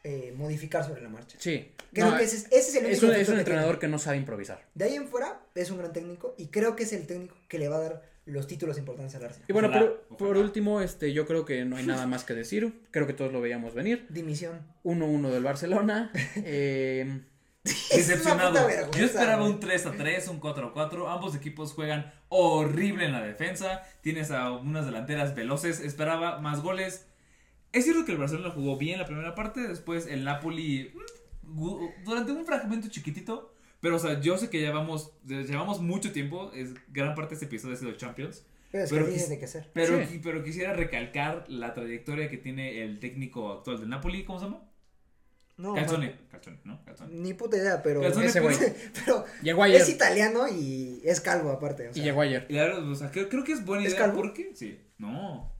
eh, modificar sobre la marcha. Sí. Creo No, que ese es, ese es el único es un, es defecto un que entrenador tiene. que no sabe improvisar. De ahí en fuera es un gran técnico y creo que es el técnico que le va a dar los títulos importantes al Arsenal. Y bueno, Ojalá, por, por ojalá. último, este, yo creo que no hay nada más que decir. Creo que todos lo veíamos venir. Dimisión. 1-1 *laughs* del Barcelona. eh, Es una puta Decepcionado. vergüenza, Yo esperaba güey. un 3 a 3, un 4 a 4. Ambos equipos juegan horrible en la defensa. Tienes a unas delanteras veloces. Esperaba más goles. Es cierto que el Barcelona jugó bien la primera parte. Después el Napoli. mm, gu- Durante un fragmento chiquitito. Pero, o sea, yo sé que llevamos, llevamos mucho tiempo. Es, gran parte de este episodio ha sido Champions. Pero es Pero que tienes quis- de qué hacer. Pero, Sí. qui- pero quisiera recalcar la trayectoria que tiene el técnico actual del Napoli. ¿Cómo se llama? No, Calzone. Calzone, ¿no? Calzone. man, Ni puta idea, pero, Calzone ese güey. *laughs* pero llegó ayer. es italiano y es calvo aparte. o Y sea. llegó ayer. Y la verdad, o sea, creo, creo que es buena ¿Es idea. calvo? ¿Por qué? Sí. No.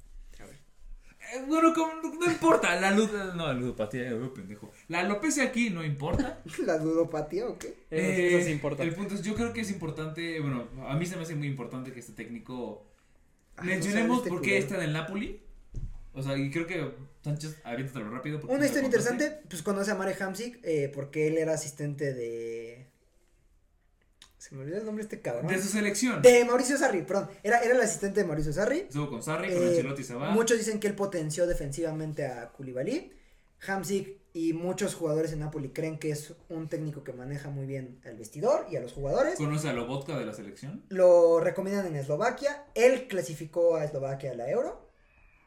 Eh, bueno, como- no importa. La luz. No, la ludopatía, eh, pendejo. La alopecia aquí no *laughs* importa. ¿La ludopatía o qué? Eso, Eh, eso sí importa. El punto es, yo creo que es importante. Bueno, a mí se me hace muy importante que este técnico. Ah, no Mencionemos sabes este por qué culero. está en el Napoli. O sea, y creo que Sánchez, aviéntatelo rápido. porque Una me historia lo contaste. interesante, pues conoce a Mare Hamsik eh, porque él era asistente de... Se me olvidó el nombre de este cabrón. De su selección. De Mauricio Sarri, perdón. Era, era el asistente de Mauricio Sarri. Estuvo con Sarri, con Eh, Ancelotti se va. Muchos dicen que él potenció defensivamente a Koulibaly. Hamsik y muchos jugadores en Napoli creen que es un técnico que maneja muy bien al vestidor y a los jugadores. Conoce a Lobotka de la selección. Lo recomiendan en Eslovaquia. Él clasificó a Eslovaquia a la Euro.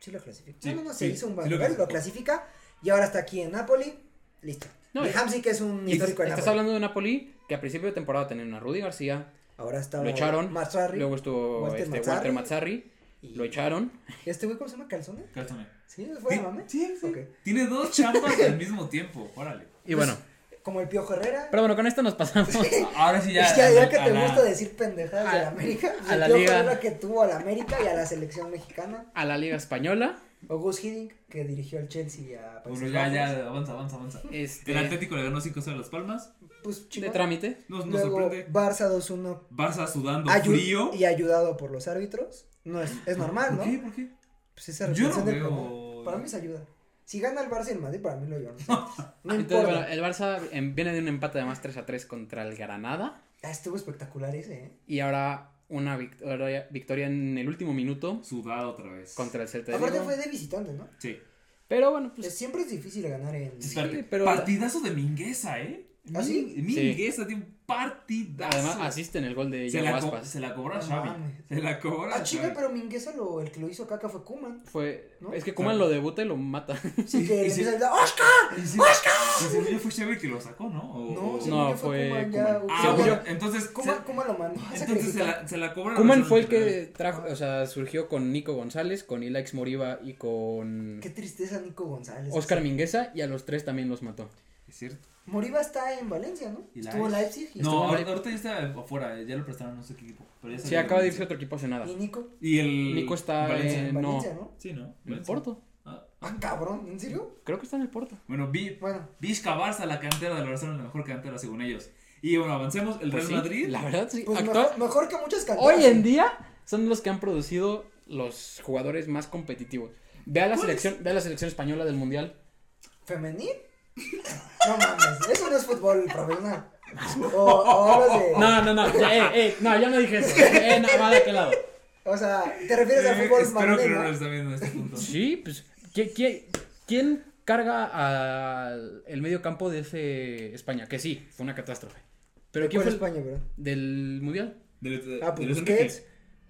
Sí lo clasificó. Sí, no, no, no, se sí, hizo un sí buen lo nivel, lo clasificó. clasifica. Y ahora está aquí en Napoli. Listo. No, y y- Hamsik es un Y histórico de estás Napoli. hablando de Napoli que a principio de temporada tenían a Rudy García, Ahora está lo echaron, Mazzarri. luego estuvo Walter este, Mazzarri. Walter Mazzarri, y- lo echaron. ¿Este güey cómo se llama? ¿Calzone? Cálzame. ¿Sí? ¿Fue de mame? Sí, sí. Ok. Tiene dos chambas al mismo tiempo. *laughs* Órale. Y Pues, bueno, Como el Piojo Herrera. pero bueno, con esto nos pasamos. *laughs* Ahora sí ya. es que ya, a- que a te la- gusta decir pendejadas de a- la América. a el la Piojo liga. Herrera que tuvo a la América y a la selección mexicana. a la Liga Española. O Gus Hiddink que dirigió al Chelsea y a Bueno, Países ya, Bajos. ya, avanza, avanza, avanza. Este, El Atlético le ganó 5-0 a Las Palmas. Pues chico. de trámite. Nos, nos Luego, sorprende. Barça 2-1 Barça sudando ayu- frío. y ayudado por los árbitros. No es, es normal, ¿no? ¿Por qué? ¿Por qué? Pues esa Yo no retención del veo. penal. Para mí es ayuda. Si gana el Barça y el Madrid, para mí lo *laughs* llevan. No Entonces, importa. bueno, el Barça em, viene de un empate de más 3 a 3 contra el Granada. eh. Ah, estuvo espectacular ese, ¿eh? Y ahora una victoria, victoria en el último minuto Sudado otra vez. contra el Celta de Aparte Vigo. fue de visitante, ¿no? Sí. Pero bueno, Pues pues. siempre es difícil ganar en. Sí, Espérate, pero- Partidazo de Mingueza, ¿eh? ¿Ah, sí? Mi- Mingueza tiene un partidazo. Además, asiste en el gol de se Yago la, co- Aspas. se la cobró a No Xavi. mames. Se la cobró a Ah, chinga, Xavi. pero Mingueza lo, el que lo hizo caca fue Kuman. Fue. ¿No? Es que Kuman lo debuta y lo mata. *laughs* Sí, que Y le sí. empieza a gritar, ¡Oscar! Y se- y según yo fue Xavi el que lo sacó, ¿no? O- o- No, sí. no, fue fue Kuman ya. Koeman. o Ah, sea, según bueno, ya- entonces. se- Kuman- Kuman lo mandó a Entonces se sacrificar. la, se la cobra. Kuman Barcelona fue el Central. que trajo. O sea, surgió con Nico González, con Ilax Moriba y con. Qué tristeza Nico González. Oscar Mingueza y a los tres también los mató. Es cierto. Moriba está en Valencia, ¿no? Y la Estuvo en ex. Leipzig y No, estuvo ahor- mal. ahorita ya está afuera. eh, Ya lo prestaron a no sé qué equipo. Pero ya Sí, salió. acaba de irse a otro equipo hace nada. estuvo- Y Nico Y el. Nico está Valencia. Eh, en no. Valencia, ¿no? Sí, ¿no? En el Valencia. Porto. Ah, Ah, cabrón, ¿en serio? Creo que está en el Porto. bueno, vi, Bueno, Vizca Barça, la cantera del Barcelona, la mejor cantera según ellos. Y bueno, avancemos. El Real Pues sí, Madrid. La verdad, sí. pues Actua- mejor, mejor que muchas canteras. Hoy en día son los que han producido los jugadores más competitivos. Ve a la selección, ve a la selección española del mundial. ¿Femenil? No mames, eso no es fútbol profesional. O, o hablas de. *laughs* No, no, no, ya, eh, eh, no, yo no dije eso. Eh, no, va de aquel lado. O sea, ¿te refieres al Eh, fútbol espero que femenil, no no? lo está viendo en este punto. Sí, pues, ¿qui- qui- ¿quién, carga al el medio campo de ese España? Que sí, fue una catástrofe. Pero ¿quién ¿Cuál fue el- España, bro? del mundial? Del- de- *laughs* Ah, pues del Busquets. Enrique.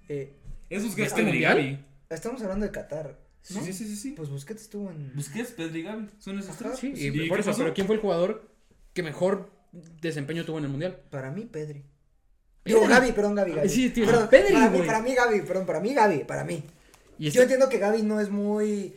eh, Es Busquets, ¿Este Pedri y mundial? Gavi. estamos hablando de Qatar. Sí, sí, sí, sí. Pues Busquets estuvo en. Busquets, Pedri y Gavi. Son esos Ajá. tres. Sí, Pues, y ¿y por qué eso, pasó? pero ¿quién fue el jugador que mejor desempeño tuvo en el mundial? Para mí, Pedri. Digo, Gaby, perdón, Gaby, Gaby. Sí, tío, Perdón, Pedri, para, mí, güey. para mí, Gaby, perdón, para mí, Gaby, para mí. Y Yo este- entiendo que Gaby no es muy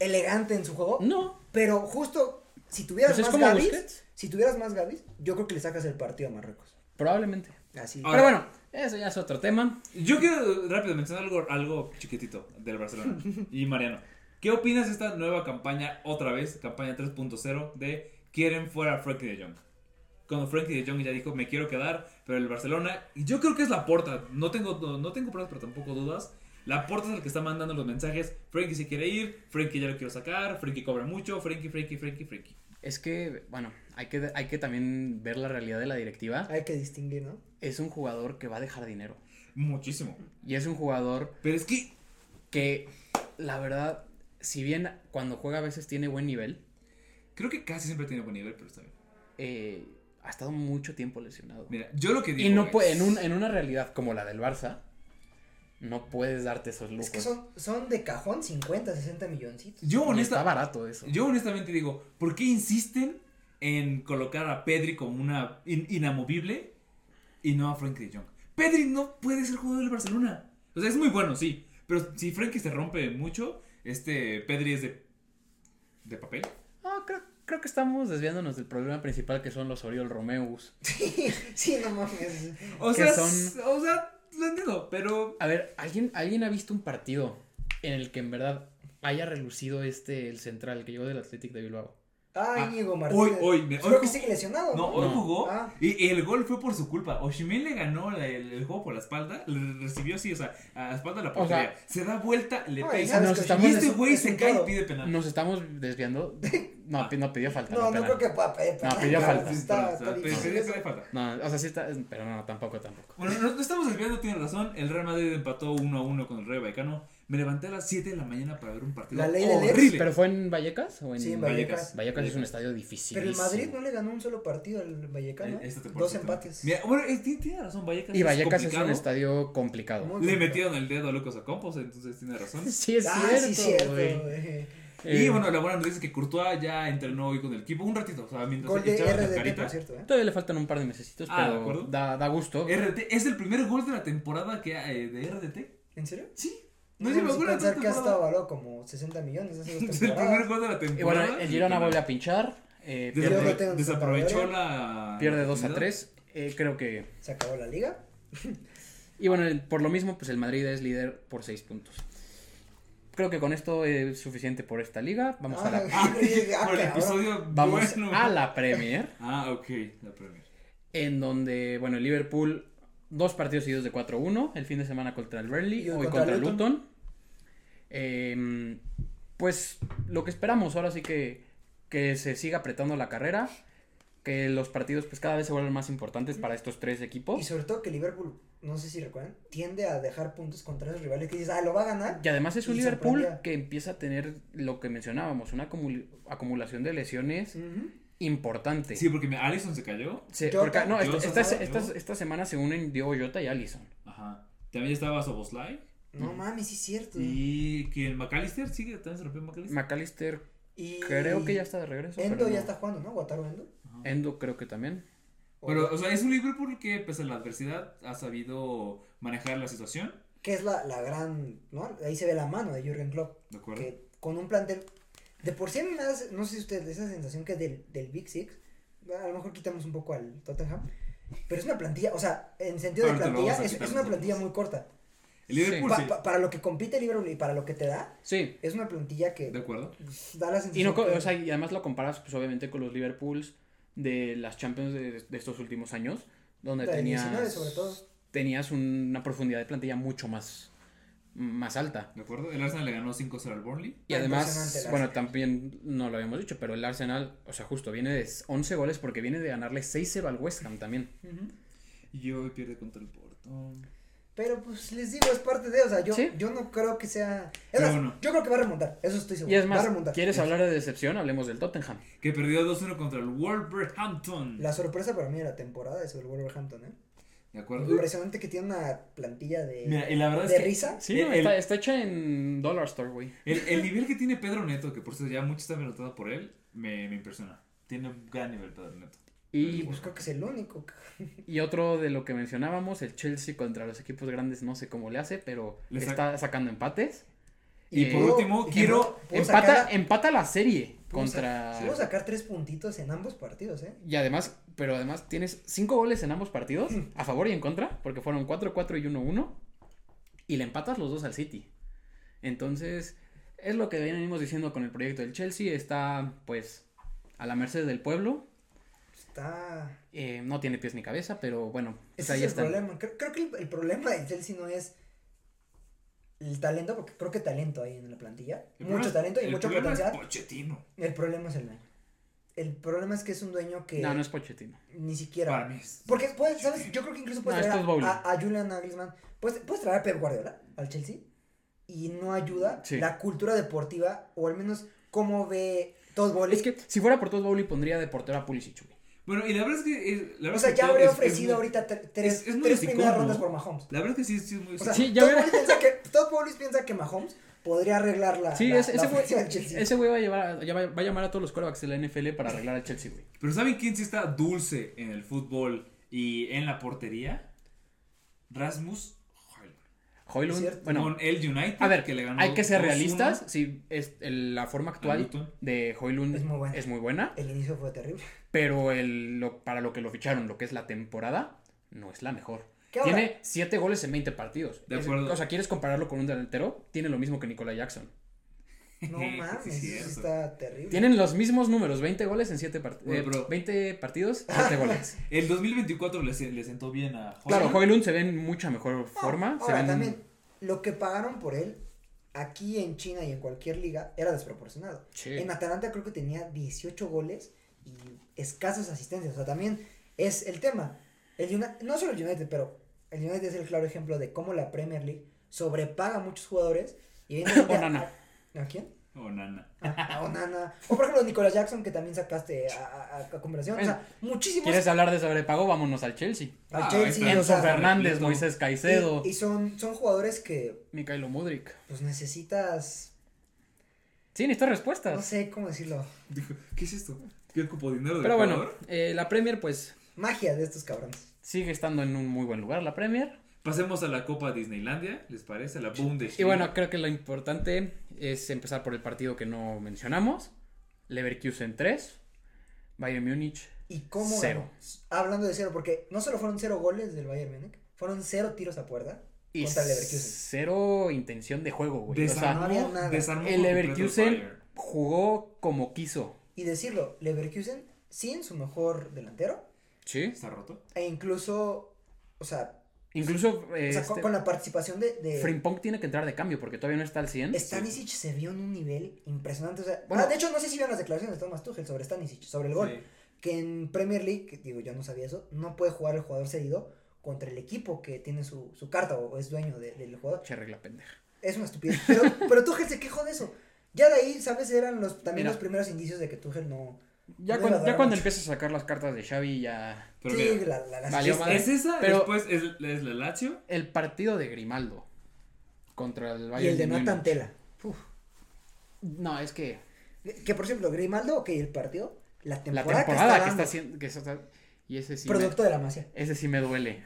elegante en su juego, No, pero justo si tuvieras Pues es más como Gaby, Busquets. si tuvieras más Gaby, yo creo que le sacas el partido a Marruecos. probablemente. Así. Ah, Pero bueno, eso ya es otro tema. Yo quiero rápido mencionar algo, algo chiquitito del *laughs* Barcelona y Mariano. ¿Qué opinas de esta nueva campaña, otra vez, campaña 3.0 de quieren fuera a Frankie de Jong? Cuando Frankie de Jong ya dijo, me quiero quedar, pero el Barcelona, y yo creo que es la porta, no tengo, no, no tengo pruebas, pero tampoco dudas. La porta es el que está mandando los mensajes, Frankie se quiere ir, Frankie ya lo quiero sacar, Frankie cobra mucho, Frankie, Frankie, Frankie, Frankie. Es que, bueno, hay que, hay que también ver la realidad de la directiva. Hay que distinguir, ¿no? Es un jugador que va a dejar dinero. Muchísimo. Y es un jugador Pero es que que, la verdad, si bien cuando juega a veces tiene buen nivel, creo que casi siempre tiene buen nivel, pero está bien. eh, ha estado mucho tiempo lesionado. Mira, yo lo que digo y no es- puede, en, un- en una realidad como la del Barça, no puedes darte esos lujos. Es que son, son de cajón 50, 60 milloncitos. Pues. Yo Y honesta, Está barato eso. Yo honestamente digo, ¿por qué insisten en colocar a Pedri como una in- inamovible y no a Frankie de Jong? Pedri no puede ser jugador del Barcelona. O sea, es muy bueno, sí. Pero si Frankie se rompe mucho, este Pedri es de, de papel. No, Ah, creo, creo que estamos desviándonos del problema principal que son los Oriol Romeus. *laughs* sí, no mames. O Que sea, son- s- o sea, lo entiendo, pero A ver, ¿alguien, ¿alguien ha visto un partido en el que en verdad haya relucido este, el central que llegó del Athletic de Bilbao? Ah, Ah, Íñigo hoy, Martínez. hoy, me- hoy Creo que jugó- sigue lesionado. no, hoy No. jugó Ah. y, y el gol fue por su culpa. Oshimel le ganó la- el, el juego por la espalda, le recibió así, o sea, a la espalda de la O sea- portería. se da vuelta, le Ay, pega. ¿sabes Nos qué? estamos- Y También este Es un- güey es se un cae y toro. pide penal. Nos estamos desviando. No, pi- no pidió falta. Ah. No, no penal. creo que pueda pedir No, penal, pidió pero falta. pues Está- Está, está- está pero difícil sería- eso. sería falta. No, o sea, sí está. Pero no, tampoco, tampoco. Bueno, no, no estamos desviando, tiene razón. El Real Madrid empató 1 a 1 con el Rey Vallecano. Me levanté a las 7 de la mañana para ver un partido La ley del ex. horrible. ¿Pero fue en Vallecas? O en... Sí, en Vallecas. Vallecas. Vallecas es un estadio difícil. Pero el Madrid no le ganó un solo partido al Eh, Vallecano. esta temporada Dos está empates. Mira, bueno, eh, tiene, tiene razón, Vallecas. Y Vallecas es, complicado. un estadio complicado. Muy Le complicado. metieron el dedo a Lucas Ocampos, entonces tiene razón. *laughs* Sí, es Ah, cierto. sí, cierto. güey. güey. Y Eh, bueno, la buena noticia es que Courtois ya entrenó hoy con el equipo un ratito, o sea, mientras Gol de echaban las RDT, por caritas. cierto. ¿eh? Todavía le faltan un par de mesecitos, Ah, ¿de pero acuerdo? da, da gusto. RDT es el primer gol de la temporada que eh, de RDT. ¿En serio? Sí. No, No, se sé me ocurre pensar otra que ha estado *laughs* temporada. valorado como 60 millones *laughs* hace dos Es el primer temporadas. gol de la temporada. Y bueno, el Girona vuelve a pinchar. eh, Desapro- Yo no pierde, tengo Desaprovechó Santander. la. pierde 2 a oportunidad. *laughs* 3. creo que. Se acabó la liga. Y bueno, el- por lo mismo, pues el Madrid es líder por 6 puntos. Creo que con esto es suficiente por esta liga. Vamos *laughs* a la, *laughs* Ah, Ah, por el cabrón. episodio vamos bueno. a la Premier. Ah, ok, la Premier. En donde, bueno, el Liverpool, dos partidos seguidos de 4-1, el fin de semana contra el Burnley, Y hoy hoy contra contra el Luton. Luton. Em, pues lo que esperamos ahora sí que, que se siga apretando la carrera, que los partidos pues cada vez se vuelven más importantes para estos tres Y equipos. sobre todo que Liverpool, no sé si recuerdan, tiende a dejar puntos contra esos rivales que dices, ah, lo va a ganar. Y además es un y Liverpool sorprendía. que empieza a tener lo que mencionábamos, una acumul- acumulación de lesiones Ujú. importante. Sí, porque me- Allison se cayó. Se- Jota. porque- no, Jota, esta, esta- Jota. esta- esta semana se unen Diego Jota y Allison. Ajá. También estaba Soboslai. No mames, sí es cierto. Y que el McAllister sigue, también se rompió McAllister. McAllister Y- creo que ya está de regreso. Endo pero ya no. está jugando, ¿no? Guataro Endo. Endo creo que también. Pero, o sea, es un Liverpool que, pese a la adversidad, ha sabido manejar la situación. que es la, la gran, ¿no? Ahí se ve la mano de Jürgen Klopp, ¿De acuerdo? que con un plantel, de por sí a mí me da, no sé si ustedes, esa sensación que del, del Big Six, a lo mejor quitamos un poco al Tottenham, pero es una plantilla, o sea, en sentido de Ahorita lo plantilla, vamos a es, quitar es una nosotros. plantilla muy corta. El Liverpool, Pa- sí. pa- para lo que compite Liverpool y para lo que te da, Sí. es una plantilla que pues, ¿De acuerdo? da la sensación Y, no, co- que- o sea, y además lo comparas pues obviamente con los Liverpools de las Champions de, de estos últimos años, donde La de 19 tenías, sobre todo. tenías una profundidad de plantilla mucho más, más alta. ¿De acuerdo? El Arsenal le ganó 5-0 al Burnley. Y Ah, además, impresionante, la bueno, verdad. también no lo habíamos dicho, pero el Arsenal, o sea, justo viene de 11 goles porque viene de ganarle 6-0 al West Ham también. Ujú. Y hoy pierde contra el Porto. Pero pues les digo, es parte de, o sea, yo, Sí. yo no creo que sea... Es Pero más, bueno. yo creo que va a remontar, eso estoy seguro. Y es va a más, remontar. ¿quieres Eh, hablar de decepción? Hablemos del Tottenham. Que perdió 2-1 contra el Wolverhampton. La sorpresa para mí de la temporada es el Wolverhampton, ¿eh? ¿De acuerdo? Impresionante que tiene una plantilla de, Mira, y la verdad de es que risa. Sí, no, El- está, está hecha en Dollar Store, güey. el, el nivel que tiene Pedro Neto, que por cierto ya mucho está anotado por él, me, me impresiona. Tiene un gran nivel Pedro Neto. Y Y, pues creo que es el único. y otro de lo que mencionábamos, el Chelsea contra los equipos grandes, no sé cómo le hace, pero Le sac- está sacando empates. Y por Eh, último, quiero- Pudo empata, sacar- empata la serie pudo sa- contra... pudo sacar tres puntitos en ambos partidos, ¿eh? Y además, pero además tienes cinco goles en *laughs* ambos partidos, a favor y en contra, porque fueron 4-4 y 1-1, y le empatas los dos al City. Entonces, es lo que venimos diciendo con el proyecto del Chelsea, está pues a la merced del pueblo, Está. eh, no tiene pies ni cabeza, pero bueno, pues Ese ahí es el está. problema. Creo, creo que el, el problema de Chelsea no es el talento, porque creo que talento hay en la plantilla. El mucho problema es- talento y el mucho problema es potencial. Pochettino. El problema es el dueño. El problema es que es un dueño que No, no es Pochettino. ni siquiera. Para mí es- Porque, puedes, ¿sabes? Yo creo que incluso puedes No, traer esto es bowling. a, a- a Julian Nagelsmann. Puedes, puedes traer a Pep Guardiola al Chelsea y no ayuda Sí. la cultura deportiva o al menos cómo ve Todd Bowley. Es que si fuera por todos Bowley pondría de portero a Pulisic. güey. Bueno, y la verdad es que. eh, la o verdad sea, es que ya todo habría es- es ofrecido muy- ahorita tre- tres, es muy tres hocicón, primeras ¿no? rondas por Mahomes. La verdad es que sí, sí es muy. O sea, Sí, ya Todd, hubiera- Bowley piensa que, Todd Bowley piensa que Mahomes podría arreglar la, Sí, Ah, la- ese, la ese güey, ofensiva del Chelsea. ese güey va a, llevar a- ya va, va a llamar a todos los quarterbacks de la NFL para arreglar al Chelsea, güey. Pero ¿saben quién sí está dulce en el fútbol y en la portería? Rasmus Højlund. Hoylund, cierto. bueno, con el United A ver, que le ganó hay que ser 2-1. realistas. Sí, es, el- la forma A actual Luton. de Hoylund Es muy buena. buena, El inicio fue *laughs* terrible. pero el, lo- para lo que lo ficharon, lo que es la temporada, no es la mejor. ¿Qué ahora? Tiene 7 goles en 20 partidos. De Es- acuerdo. o sea, ¿quieres compararlo con un delantero? Tiene lo mismo que Nicolai Jackson. No Sí, mames, sí, eso sí cierto. está terrible. Tienen los mismos números, 20 goles en 7 partidos. Güey, bro. 20 partidos, 7 *laughs* goles. El 2024 le, se- le sentó bien a Højlund. Claro, Hoylund se ve en mucha mejor forma. se Ahora, ve en- también, lo que pagaron por él aquí en China y en cualquier liga era desproporcionado. Sí. En Atalanta creo que tenía 18 goles y escasas asistencias. O sea, también es el tema. El Uni- no solo el United, pero el United es el claro ejemplo de cómo la Premier League sobrepaga a muchos jugadores. Y *laughs* evidentemente a- Onana. ¿A, ¿a quién? Oh, nana. A, a Onana. O por ejemplo, Nicolas Jackson, que también sacaste a, a, a conversación. O sea, muchísimos. ¿Quieres hablar de sobrepago? Vámonos al Chelsea. al Ah, Chelsea, está. o Enzo sea, Fernández, repleto. Moisés y- Caicedo, y son, son jugadores que Mikaelo Mudrik. pues necesitas Sí, necesito respuestas. No sé cómo decirlo. Dijo, ¿qué es esto? ¿Qué ocupo dinero de Pero bueno, eh, la Premier pues Magia de estos cabrones. sigue estando en un muy buen lugar la Premier. Pasemos a la Copa Disneylandia, ¿les parece? La Bundesliga. Y bueno, creo que lo importante es empezar por el partido que no mencionamos. Leverkusen 3, Bayern Múnich ¿Y cómo? Cero. ganó? Hablando de cero, porque no solo fueron cero goles del Bayern Múnich, fueron cero tiros a puerta y contra el Leverkusen. cero intención de juego, güey. O desarmó, sea, había nada. desarmó el por completo el Leverkusen Bayern. jugó como quiso. Y decirlo, Leverkusen sin su mejor delantero Sí. ¿Está roto? e incluso, o sea, Incluso eh, o sea, con, este, con la participación de... de Frimpong tiene que entrar de cambio porque todavía no está al 100. Stanisic se vio en un nivel impresionante. O sea, Bueno. ah, de hecho, no sé si vieron las declaraciones de Thomas Tuchel sobre Stanisic, sobre el gol. Sí. que en Premier League, que digo, yo no sabía eso, no puede jugar el jugador cedido contra el equipo que tiene su, su carta o es dueño de- del jugador. Che regla pendeja. Es una estupidez. *laughs* Pero, pero Tuchel se quejó de eso. Ya de ahí, ¿sabes? Eran los, también Mira. los primeros indicios de que Tuchel no... Ya, No cuando- iba a dar ya cuando mucho. empiezas a sacar las cartas de Xavi, ya. Pero sí, mira, la, la, las Valió chistes. madre. es esa, Pero- después es, es la Lazio. El partido de Grimaldo contra el Bayern. Y el de Múnich. Nathan Tela. Uf. No, es que Que, por ejemplo, Grimaldo, ok, el partido, la la temporada, temporada que que está está, dando, haciendo. Que está- y ese sí. Me, producto de la masía. ese sí me duele.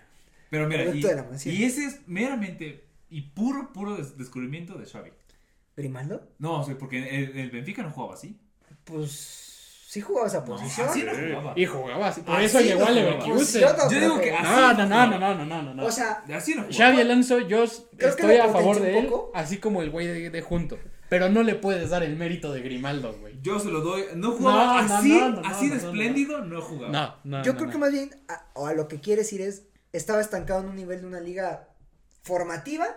Pero mira, y, Producto de la mansión. y ese es meramente y puro, puro des- descubrimiento de Xavi. ¿Grimaldo? No, o sea, porque el, el Benfica no jugaba así. Pues sí jugaba esa No, posición. así no Sí. jugaba. Y jugaba así. Por Así eso llegó no al jugaba. Leverkusen. Pues Ah, yo no- Yo digo que así. No, no, no, no, no, no, no, no. O sea, Así no jugaba. Xavi Alonso, yo s- Creo que estoy lo a favor potenció un de él, poco. así como el güey de, de junto. Pero no le puedes dar el mérito de Grimaldo, güey. Yo se lo doy. No jugaba No, no, así, no, no, no, así no, de no, no. espléndido, no jugaba. No, no. yo no, creo no. que más bien, a, o a lo que quieres ir es, estaba estancado en un nivel de una liga formativa,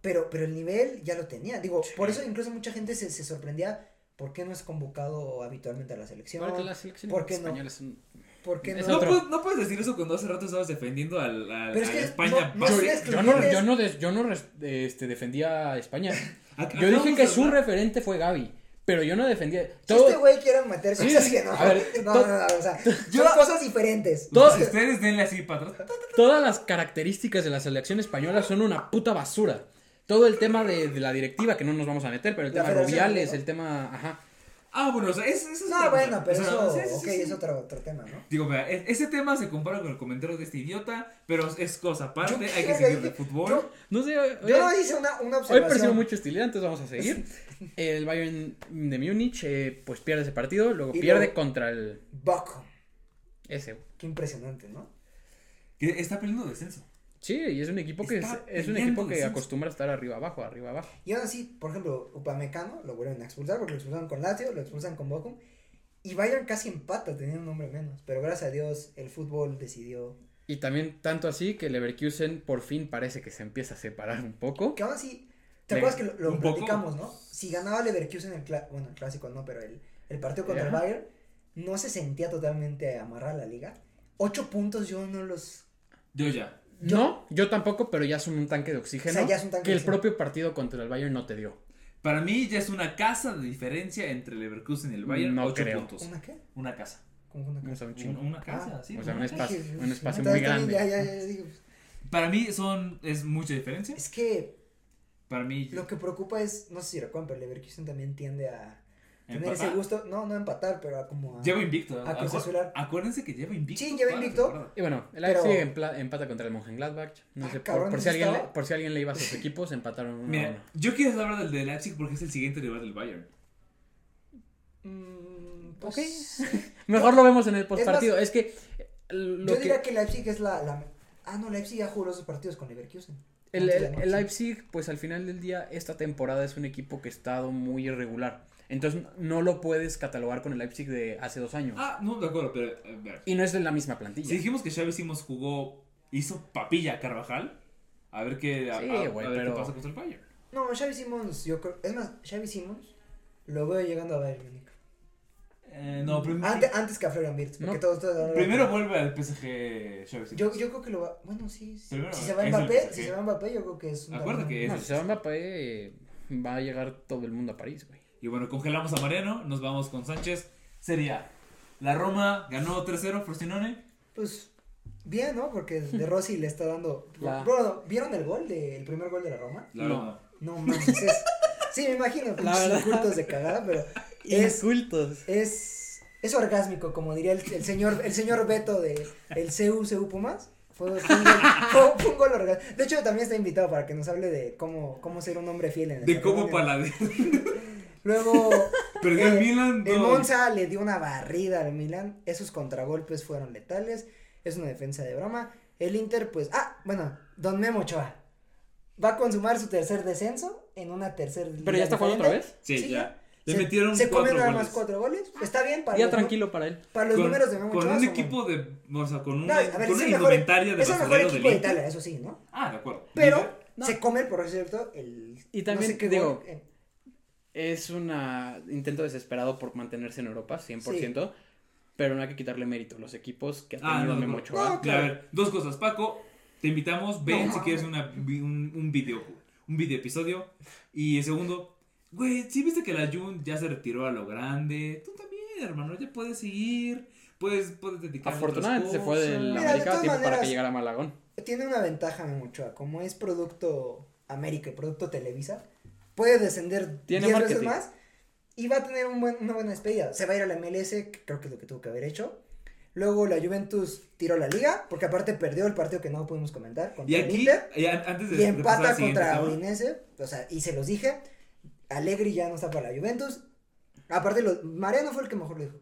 pero, pero el nivel ya lo tenía. Digo, por eso incluso mucha gente se, se sorprendía por qué no es convocado habitualmente a la selección. Porque la selección ¿Por qué no? española es un- ¿Por qué Es no? No, otro. puedes, no puedes decir eso cuando hace rato estabas defendiendo al, al- Pero es a que España. no- no base. es- Yo, yo no, yo no, des- yo no res- este, defendía *laughs* a España. Ac- Yo dije acabamos que de su hablar- referente fue Gaby, pero yo no defendía. Si Todo, este güey quiere meterse, *laughs* Sí, es que no. a ver, no, to- no, no, o sea, yo- son cosas diferentes. Todo- Entonces, Ustedes denle así para atrás. todas las características de la selección española son una puta basura. Todo el tema de, de la directiva, que no nos vamos a meter, pero el La tema de federación, Rubiales, ¿no? el tema. Ajá. Ah, bueno, o sea, es, es No, bueno, pero eso, sí, sí, ok, sí. es otro, otro tema, ¿no? Digo, mira, e- ese tema se compara con el comentario de este idiota, pero es cosa aparte, hay Yo que quisiera seguir de decir- fútbol. yo- No sé. Yo oye, no hice una, una Hoy observación. pareció mucho estilidad, entonces vamos *laughs* a seguir. El Bayern de Múnich, eh, pues pierde ese partido, luego Y pierde luego- contra el. Baco. Ese. Qué impresionante, ¿no? Que está perdiendo descenso. Sí, y es un equipo que es, Está es un peleando equipo que descenso. acostumbra a estar arriba abajo, arriba abajo. Y aún así, por ejemplo, Upamecano lo vuelven a expulsar porque lo expulsan con Lazio, lo expulsan con Bochum. Y Bayern casi empata, teniendo un hombre menos. Pero gracias a Dios, el fútbol decidió. Y también tanto así que Leverkusen por fin parece que se empieza a separar un poco. Que aún así, ¿te Venga, acuerdas que lo, lo un poco. platicamos, no? Si ganaba Leverkusen el, cla- bueno, el clásico, no, pero el, el partido contra el Ajá. Bayern, no se sentía totalmente amarrada la liga. Ocho puntos yo no los. Yo ya. Yo- no, yo tampoco, pero ya son un tanque de oxígeno O sea, ya es un tanque que de el oxígeno. propio partido contra el Bayern no te dio. Para mí ya es una casa de diferencia entre Leverkusen y el Bayern. No ocho creo. puntos. ¿Una qué? Una casa. ¿Cómo fue una O sea, un chingo. Un- Una casa, Ah, sí. o sea, una un casa. Ay, espacio, Jesús. un espacio Entonces, muy también grande. ya- ya- ya digo, Para mí son, es mucha diferencia. Es que Para mí Lo que preocupa es, no sé si recuerdan, pero Leverkusen también tiende a tener empatar. ese gusto, no, no a empatar, pero a como a... Lleva invicto. A Cruz Acu- Azular. Acuérdense que lleva invicto. Sí, lleva toda la invicto. temporada. Y bueno, el Ajax Pero- sigue en pla- empata contra el Mönchengladbach. No Ah, sé, por- cabrón, por, si ¿eso alguien le, estaba? por si alguien le iba *laughs* a sus equipos, empataron uno a uno. Mira, yo quiero hablar del de Leipzig porque es el siguiente rival del Bayern. Mm, Ok. pues, Mejor lo vemos en el postpartido. Es, que eh, lo Yo que diría que Leipzig es la, la- Ah, no, Leipzig ya jugó los dos partidos con Leverkusen. el, Antes el- de el anoche. Leipzig, pues al final del día, esta temporada es un equipo que ha estado muy irregular. Entonces no lo puedes catalogar con el Leipzig de hace dos años. Ah, no, de acuerdo, pero. eh, ver. Y no es de la misma plantilla. Si dijimos que Xavi Simons jugó, hizo papilla a Carvajal, a ver qué, a- Sí, a- a güey, ver qué pero- pasa contra el Bayern. No, Xavi Simons, yo creo... Es más, Xavi Simons lo veo llegando a Bayern Múnich. Eh, no, prim- Antes, antes que a Florian Wirtz, porque No. todos... todos- primero vuelve al PSG Xavi Simons. Yo, yo creo que lo va... Bueno, sí, sí. Primero si se va es el Mbappé, PSG. si se va Mbappé, yo creo que es un... Acuérdate talón. que No, es- si se va Mbappé, eh, va a llegar todo el mundo a París, güey. Y bueno, congelamos a Mariano, nos vamos con Sánchez. Sería. La Roma ganó 3-0 Frosinone. Pues bien, ¿no? *laughs* Porque de Rossi le está dando. Ya. Bro, ¿vieron el gol? De, el primer gol de la Roma. La No. Roma. No manches, es. Sí, me imagino, verdad. pinches cultos de cagada, pero es, Incultos. es, es orgásmico, como diría el, el señor, el señor Beto de el CU, CU Pumas. Fue, fue un gol, fue- fue un gol orgásmico. De hecho, también está invitado para que nos hable de cómo, cómo ser un hombre fiel en el De cómo matrimonio. Paladín. Luego, *laughs* Perdió el Eh, Milan. el no. Monza le dio una barrida al Milan. Esos contragolpes fueron letales. Es una defensa de broma. El Inter, pues. Ah, bueno, Don Memo Ochoa. Va a consumar su tercer descenso en una tercera. Pero ya está jugando otra vez. Sí, Sí, ya. Le Se, metieron se comió cuatro nada goles. más cuatro goles. Está bien para Ya los, tranquilo para él. Para los con, números de Memo con Ochoa. un son equipo de. O sea, con, un, buenos. No, a ver, con es una el mejor, indumentaria de es el mejor basurero del equipo de Inter. Italia, eso sí, ¿no? Ah, de acuerdo. Pero No. se come, por cierto, el. Y no también, sé qué digo, gol, eh, Es un intento desesperado por mantenerse en Europa, 100%. pero no hay que quitarle mérito. Los equipos que ha Ah, tenido no, no, Memo no. Ochoa, No, claro. A ver, dos cosas. Paco, te invitamos. Ven No, si quieres una, vi- un, un video. Un video episodio. Y segundo, güey, si viste que la Jun ya se retiró a lo grande. Tú también, hermano, ya puedes seguir. Puedes, puedes dedicarte afortunadamente se fue del Mira, de América a todas tiempo para que maneras- llegara Malagón. Tiene una ventaja Memochoa, como es producto América y producto Televisa, puede descender Tiene 10 veces marketing. más y va a tener un buen- una buena despedida. Se va a ir a la MLS, que creo que es lo que tuvo que haber hecho. Luego la Juventus tiró la liga, porque aparte perdió el partido que no pudimos comentar Y contra el aquí, Inter. y a- antes de, Y de pasar empata al siguiente contra tema, Udinese, o sea, y se los dije, Alegri ya no está para la Juventus. Aparte, lo, Mariano fue el que mejor lo dijo.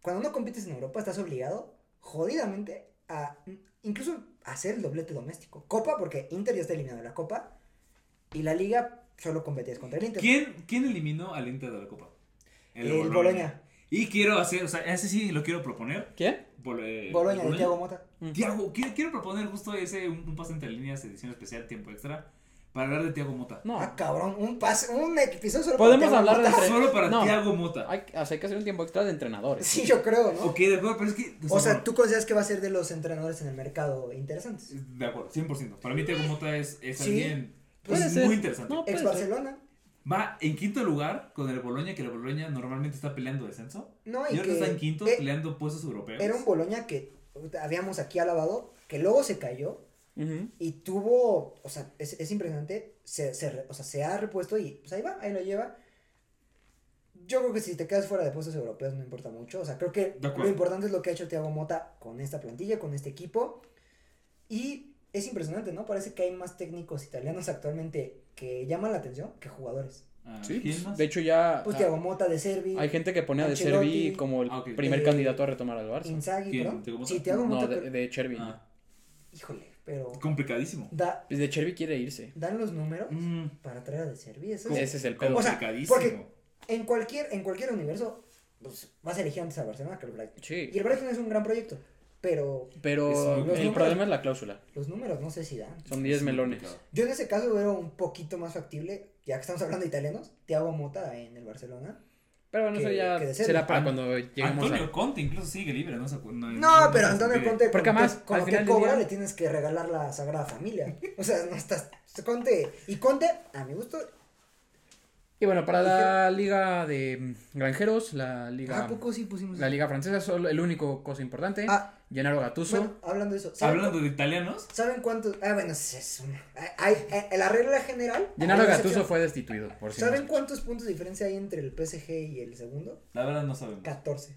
Cuando no compites en Europa, estás obligado, jodidamente, a mm, incluso hacer el doblete doméstico. Copa, porque Inter ya está eliminado de la Copa, y la Liga solo competías contra el Inter. ¿quién, ¿Quién eliminó al Inter de la Copa? El, Boloña. Y quiero hacer, o sea, ese sí lo quiero proponer. ¿Quién? Bolo- eh, Boloña de Boloña. Thiago Mota. Tiago, quiero, quiero proponer justo ese, un, un pase entre líneas, edición especial, tiempo extra, para hablar de Tiago Mota. No. Ah, cabrón, un pase, un episodio solo para Podemos Thiago hablar de Mota. entre... Solo para no, Tiago Mota. Hay, o sea, hay que hacer un tiempo extra de entrenadores. *laughs* Sí, yo creo, ¿no? Ok, de acuerdo, pero es que. O sea, bueno, ¿tú consideras que va a ser de los entrenadores en el mercado interesantes? De acuerdo, 100%. Para mí, Tiago Mota es, es Sí, alguien. puede es ser. muy interesante. No, puede Ex ser. Barcelona. Va en quinto lugar con el Boloña, que el Boloña normalmente está peleando descenso. No, y Y ahora que está en quinto eh, peleando puestos europeos. era un Boloña que habíamos aquí alabado, que luego se cayó Ujú. y tuvo, o sea, es, es impresionante, se, se re- o sea, se ha repuesto y pues ahí va, ahí lo lleva. Yo creo que si te quedas fuera de puestos europeos no importa mucho, o sea, creo que De acuerdo. lo importante es lo que ha hecho Thiago Mota con esta plantilla, con este equipo y es impresionante, ¿no? Parece que hay más técnicos italianos actualmente que llaman la atención que jugadores. Ah, Sí, ¿Quién más? de hecho ya Pues ah, Thiago Mota de Servi, hay gente que pone a De Ancelotti, Servi como el Ah, ok. primer Eh, candidato a retomar al Barça. Inzaghi, ¿Quién? perdón. ¿Thiago Motta? Sí, Thiago Mota, No, de, pero- de Chervi. Ah, híjole, pero complicadísimo. da, Pues de Chervi quiere irse. dan los números Mm, para traer a De Servi. Eso es- Ese es el pedo. O sea, complicadísimo. porque- en, cualquier, en cualquier universo pues, vas a elegir antes a Barcelona que al Brighton. sí. Y el Brighton es un gran proyecto, pero Pero Eso, los el números- problema es la cláusula. los números no sé si dan. Son 10 Es melones. complicado. Yo en ese caso veo un poquito más factible, ya que estamos hablando de italianos, Thiago Mota en el Barcelona. Pero bueno, eso Que- ya que de ser- será para An- cuando lleguemos Antonio a... Conte incluso sigue libre, no se acu- No, No, pero se Antonio pide. Conte, Porque con, además, que, con al lo que final del cobra día- le tienes que regalar la Sagrada Familia. O sea, no estás... Conte, y Conte, a mi gusto, Y bueno, para la liga de mm, granjeros, la ¿a liga, poco sí pusimos? la liga francesa, solo el único cosa importante, Ah. Gennaro Gattuso. Bueno, hablando de eso, ¿saben Hablando de italianos, ¿Saben cuántos? Ah, bueno, es, es una- hay, eh, hay- la regla general. Gennaro hay una Gattuso excepción. fue destituido, por si no ¿Saben sabes. cuántos puntos de diferencia hay entre el PSG y el segundo? la verdad no sabemos. 14.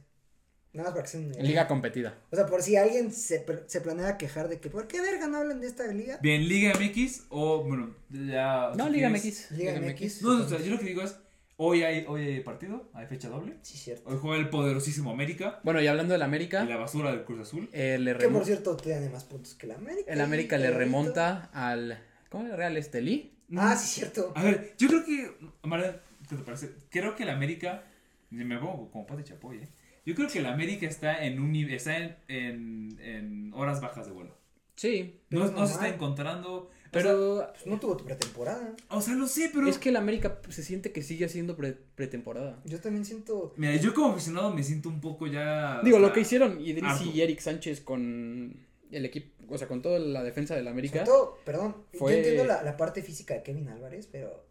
Nada más para que sea una idea. Liga competida. O sea, por si alguien se, pr- se planea quejar de que, ¿por qué verga no hablan de esta liga? Bien, Liga MX o, bueno, ya... No, si Liga quieres- MX. Liga MX. No, o sea, yo lo que digo es, hoy hay, hoy hay partido, hay fecha doble. Sí, cierto. Hoy juega el poderosísimo América Bueno, y hablando del y América, la basura del Cruz Azul. eh, le Que remo- por cierto tiene más puntos que el América. el América le Clarito. remonta Mm. al... ¿Cómo era? Real Estelí? Ah, sí, cierto. A ver, yo creo que, Amara, ¿qué te parece? Creo que el América, me pongo como pata de chapoy, ¿eh? Yo creo que el América está en un nive- está en, en, en horas bajas de vuelo. Sí, No, Pero no se está normal. encontrando. Pero... pero Pues no tuvo tu pretemporada. O sea, lo sé, pero... es que el América se siente que sigue siendo pre- pretemporada. Yo también siento. Mira, yo como aficionado me siento un poco ya... Ah, Digo, o sea, lo que hicieron Idris harto. y Eric Sánchez con el equipo, o sea, con toda la defensa del América. sobre todo, perdón, Fue- yo entiendo la, la parte física de Kevin Álvarez, pero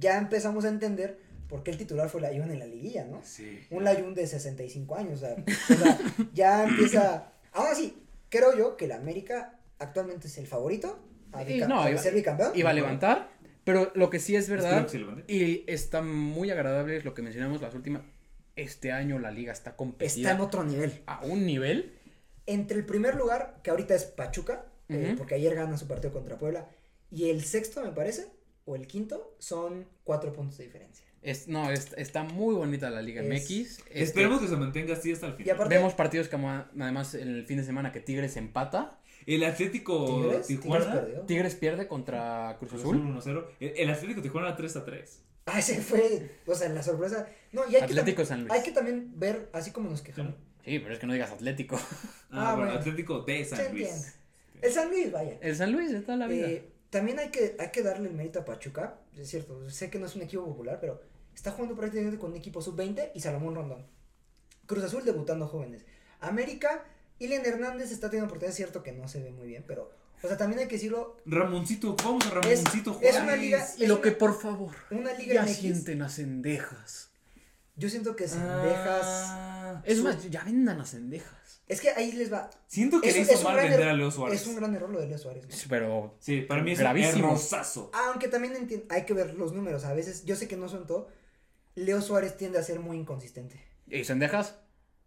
ya empezamos a entender por qué el titular fue la Ion en la liguilla, ¿no? Sí. un Layun de 65 años. O sea, o sea, ya empieza. Ahora sí, creo yo que el América actualmente es el favorito a, Sí, bica- no, a iba- ser bicampeón. Iba a levantar, pero lo que sí es Espero verdad que se levante. y está muy agradable es lo que mencionamos las últimas. Este año la liga está competida Está en otro nivel. a un nivel. Entre el primer lugar, que ahorita es Pachuca, eh, Ujú. porque ayer gana su partido contra Puebla, y el sexto, me parece, o el quinto, son cuatro puntos de diferencia. Es, no, es- está muy bonita la Liga Es- MX. este, Esperemos que se mantenga así hasta el Y final. aparte, Vemos partidos como a- además el fin de semana que Tigres empata. El Atlético Tigres, Tigres Tijuana. pues, perdió. Tigres pierde contra Cruz Cruz Azul. Azul 1-0. El, el Atlético Tijuana 3 3. Ah, ese fue, o sea, la sorpresa. No, y hay, Atlético que San también, Luis. hay que también ver, así como nos quejamos. Sí, pero es que no digas Atlético. Ah, Ah, bueno, bueno. Atlético de Se San entiende. Luis. El San Luis, vaya. El San Luis está la vida. Eh, también hay que, hay que darle el mérito a Pachuca, es cierto, sé que no es un equipo popular, pero está jugando prácticamente con un equipo sub-20 y Salomón Rondón. Cruz Azul debutando jóvenes. América, Ilian Hernández está teniendo oportunidades, es cierto que no se ve muy bien, pero, o sea, también hay que decirlo, Ramoncito, vamos a Ramoncito es Juárez. una liga, Y es lo que una- por favor. una liga Ya MX. sienten a cendejas. Yo siento que Sendejas, Ah, Es más, ya vendan a cendejas. es que ahí les va, siento que es- le es hizo un mal gran vender error. a Leo Suárez. es un gran error lo de Leo Suárez. ¿no? Pero. Sí, para mí es un Gravísimo. hermosazo. Aunque también entien- hay que ver los números, a veces, yo sé que no son todo, Leo Suárez tiende a ser muy inconsistente, ¿Y cendejas?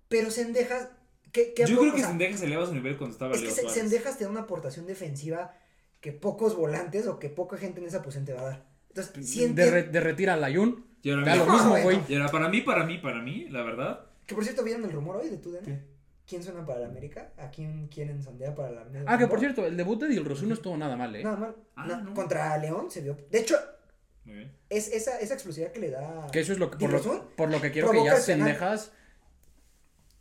pero Sendejas, ¿qué, qué Yo aporta? creo que O sea, Sendejas eleva su nivel cuando estaba Es Leo que Se- Suárez. Sendejas te da una aportación defensiva que pocos volantes o que poca gente en esa posición te va a dar. Entonces, sí De, entiendo- re- derretir a Layun. Y ahora Da lo mira, mismo, bueno. güey. y ahora para mí, para mí, para mí, la verdad. Que por cierto, ¿vieron el rumor hoy de tu ¿Qué? ¿Quién suena para la América? ¿A quién quieren sondear para la América? Ah, que por cierto, el debut de Dilrosu no estuvo nada mal, ¿eh? Nada mal. Ah, No, no. Contra León se vio. De hecho, Muy bien. es esa, esa explosividad que le da. Que eso es lo que, por, lo, ¿Dilrosun? por lo que quiero que Provoca ya el penal. cendejas.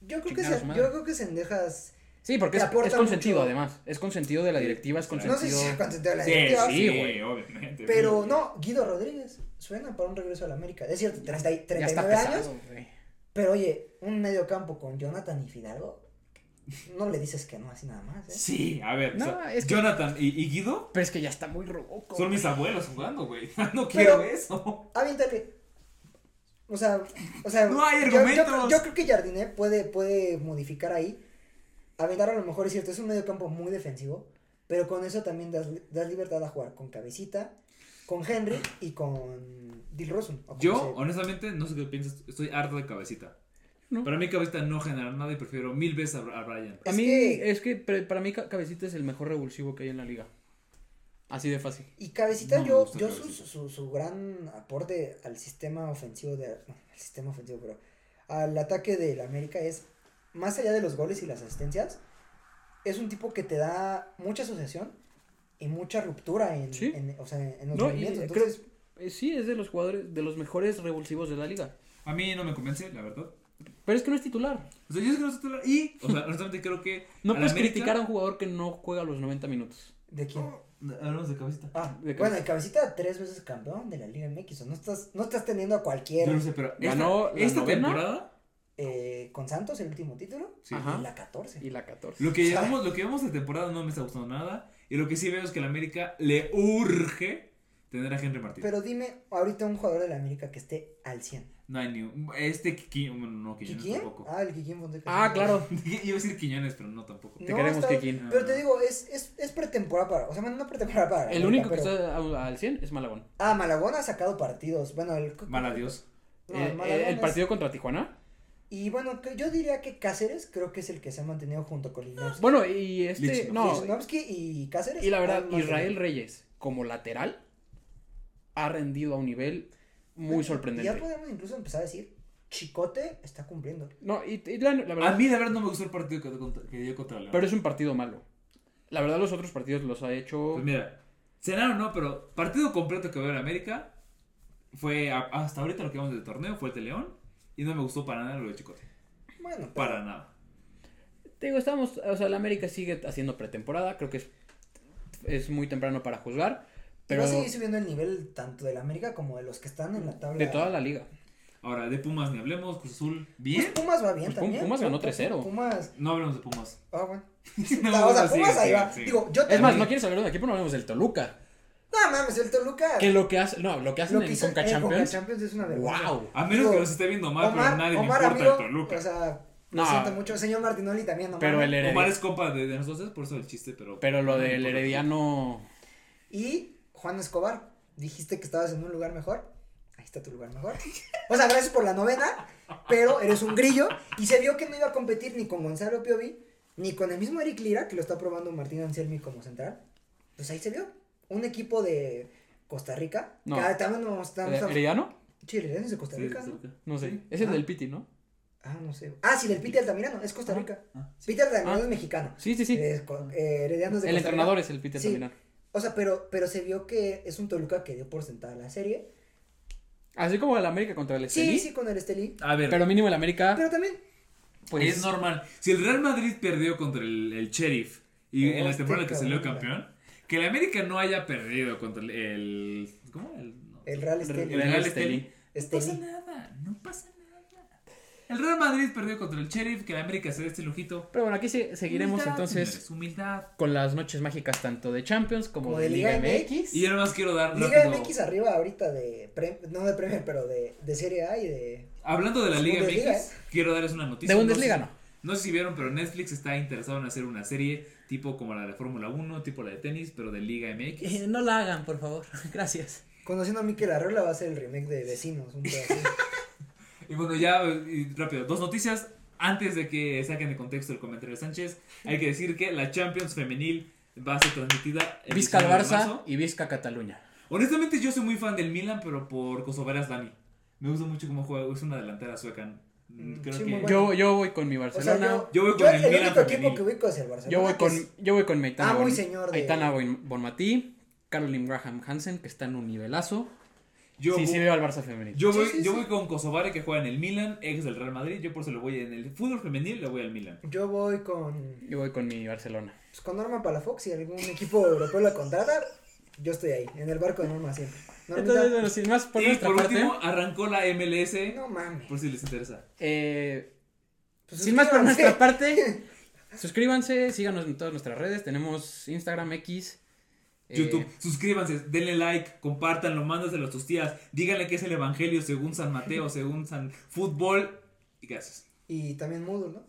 Yo creo que Chingar a se- su madre. yo creo que Sendejas. Sí, porque Te es, aporta es consentido, mucho. además. Es consentido de la directiva, es No sé si consentido. se consentido de la Sí, directiva, sí, sí, güey. güey, obviamente. Pero no, Guido Rodríguez suena para un regreso a la América. Es cierto, 30 y- ya está 39 años. pesado, güey. Pero oye, un medio campo con Jonathan y Fidalgo, no le dices que no así nada más, ¿eh? Sí, a ver. o No, sea, es que- Jonathan y, y Guido Pero es que ya está muy roboco. son mis abuelos jugando, güey. *laughs* No quiero eso. Aviéntale. O sea, o sea, No hay yo- yo- Yo, argumentos. creo que Jardiné puede, puede modificar ahí. Aventar a lo mejor es cierto, es un medio campo muy defensivo, pero con eso también das, das libertad a jugar con Cabecita, con Henry y con Dil Rosun. o como Yo, se- honestamente, no sé qué piensas. Estoy harto de cabecita. No. Para mí, cabecita no genera nada y prefiero mil veces a, a Brian. A Es mí, que- es que pre- para mí Ca- Cabecita es el mejor revulsivo que hay en la liga. Así de fácil. Y Cabecita, No me yo, gusta yo su, Cabecita. su, su gran aporte al sistema ofensivo de no, al sistema ofensivo, pero al ataque del América es más allá de los goles y las asistencias, es un tipo que te da mucha asociación y mucha ruptura en, Sí. en- o sea, en los No, y, movimientos. eh, Entonces, Eh, sí, es de los jugadores, de los mejores revulsivos de la liga. A mí no me convence, la verdad. Pero es que no es titular. O sea, yo sé que no sé titular y, o sea, honestamente creo que. No a la puedes América- criticar a un jugador que no juega los 90 minutos. ¿de quién? Hablamos de cabecita. Ah, de bueno, el Cabecita tres veces campeón de la Liga MX, o no estás no estás teniendo a Yo cualquiera no sé, pero. Esta, Ganó la esta novena. temporada, eh, con Santos el último título Sí. y Ajá. la 14. Y la 14. lo que llevamos, lo que llevamos de temporada no me está gustando nada. Y lo que sí veo es que a la América le urge tener a Henry Martín. Pero dime ahorita un jugador de la América que esté al 100. No hay ni un- Este Quiquín. Bueno, no, Quiñones ¿Quién? tampoco. *laughs* Ah, el Kikín Fonseca. Ah, claro. Iba a decir Quiñones, pero no tampoco. Te queremos, está- Kikín. Pero te digo, es, es, es pretemporada para. O sea, bueno, no pretemporada para. El América, único que pero- está a- al 100 es Malagón. Ah, Malagón ha sacado partidos. Bueno, el. Mal adiós. no, Eh, eh, Malagón el es- partido contra Tijuana. Y bueno, que- yo diría que Cáceres creo que es el que se ha mantenido junto con Linovsky. Bueno, y este. Lichnowsky. No, Lichnowsky y Cáceres. y la verdad, van más Israel arriba. Reyes, como lateral, ha rendido a un nivel muy Ya sorprendente. podemos incluso empezar a decir: Chicote está cumpliendo. No, y, y la, la A verdad. mí, la verdad, no me gustó el partido que, contra- que dio contra León. Pero es un partido malo. La verdad, los otros partidos los ha hecho. Pues mira, será o no, pero partido completo que veo en América fue a- hasta ahorita lo que vamos del torneo, fue el de León. Y no me gustó para nada lo de Chicote. Bueno, pero- Para nada. Te digo, estamos, o sea, la América sigue haciendo pretemporada, creo que es, es muy temprano para juzgar, y pero va a seguir subiendo el nivel tanto del América como de los que están en la tabla. de toda la liga. Ahora, de Pumas ni hablemos, Cruz Azul, Pues bien. Pumas va bien Pues Pum- también. Pumas ganó 3-0. Pumas. No hablemos de *laughs* Pumas. *laughs* Ah, bueno. No, o sea, sí, Pumas ahí sí, va. sí. Digo, yo Es más, también- no quieres hablar de aquí, pero no hablemos del Toluca. No mames, el Toluca. Que lo que hace, no, lo que hacen Lo que en hizo Conca en Champions. Concachampions es una vergüenza. Wow. A menos Digo, que nos esté viendo mal, pero a nadie Omar, le importa amigo, el Toluca. O sea, lo No. siento mucho. El señor Martinoli también, no Pero mames. el Omar herediano, es compa de, de nosotros, por eso el chiste, pero. pero lo no me del importa. herediano Y Juan Escobar, dijiste que estabas en un lugar mejor. Ahí está tu lugar mejor. O sea, gracias por la novena, pero eres un grillo. Y se vio que no iba a competir ni con Gonzalo Piovi, ni con el mismo Eric Lira, que lo está probando Martín Anselmi como central. Pues ahí se vio. Un equipo de Costa Rica. No. Eh, Que también no estamos. ¿Herde- ¿Herediano? Chile, es de Costa Sí, Rica. sí, ¿no? sí. No sé, Sí. es el Ah. del Piti, ¿no? Ah, no sé. Ah, sí, del Peter Altamirano, es Costa Rica. Ah, sí. Peter Altamirano Ah. es mexicano. Sí, sí, sí. Eh, co- eh, Herediano es de El Costa Rica. entrenador es el Piti Sí. Altamirano. O sea, pero, pero se vio que es un Toluca que dio por sentada la serie. Así como el América contra el Sí, Estelí, Ah. sí, con el Estelí. A ver, pero mínimo el América Pero también, pues es normal. Si el Real Madrid perdió contra el, el Sheriff y en la Hostia, temporada que salió cabrón. campeón, que el América no haya perdido contra el. el- ¿Cómo? El, no, el Real el Estelí. el Real Real Estelí. Estelí. No Estelí. pasa nada, no pasa nada. El Real Madrid perdió contra el Sheriff, que la América se dé este lujito. Pero bueno, aquí se- seguiremos Humildad, entonces señores, humildad. con las noches mágicas tanto de Champions como, Como de Liga MX. Y yo nomás quiero dar Liga rápido- MX arriba ahorita de, pre- no de Premier, pero de, de Serie A y de... Hablando de la Liga MX, Bundesliga, ¿eh? quiero darles una noticia. De Bundesliga, no. no. sé- No sé si vieron, pero Netflix está interesado en hacer una serie tipo como la de Fórmula 1, tipo la de tenis, pero de Liga Eh, MX. No la hagan, por *laughs* favor. Gracias. Conociendo a Mikel Arreola va a ser el remake de Vecinos, un pedazo. Y bueno, ya eh, y rápido, dos noticias. Antes de que saquen de contexto el comentario de Sánchez, hay que decir que la Champions femenil va a ser transmitida el Vizca al 19 de Barça marzo. y Vizca Cataluña. Honestamente, yo soy muy fan del Milan, pero por Kosovaras Dani. Me gusta mucho cómo juega, es una delantera sueca. Mm, Mm, Creo sí, que... muy bueno. Yo, yo voy con mi O sea, Barcelona. yo, Yo voy con yo el el, Milan único femenil. equipo que ubico es el Barcelona. Yo voy que con, es- yo voy con Maitana, Ah, muy Bon- señor de- Aitana Bon- Bonmatí, Caroline Graham Hansen, que está en un nivelazo. Yo sí, voy- sí veo al Barça femenino. Yo voy, Sí, sí, yo sí. voy con Kosovare que juega en el Milan, ex del Real Madrid. Yo por eso le voy en el fútbol femenil, le voy al Milan. Yo voy con, Yo voy con mi Barcelona. pues, con Norma Palafox. Si algún equipo europeo la contrata, yo estoy ahí, en el barco de Norma siempre. Normita, Entonces, bueno, sin más por y nuestra por parte, último, arrancó la MLS, no mames. por si les interesa. eh, Pues, sin más por suscríbanse. *laughs* nuestra parte, suscríbanse, síganos en todas nuestras redes. Tenemos Instagram, X, eh, YouTube, suscríbanse, denle like, compártanlo, mándaselo a sus tías, díganle que es el Evangelio según San Mateo, según San Fútbol. Y gracias. Y también Moodle, ¿no?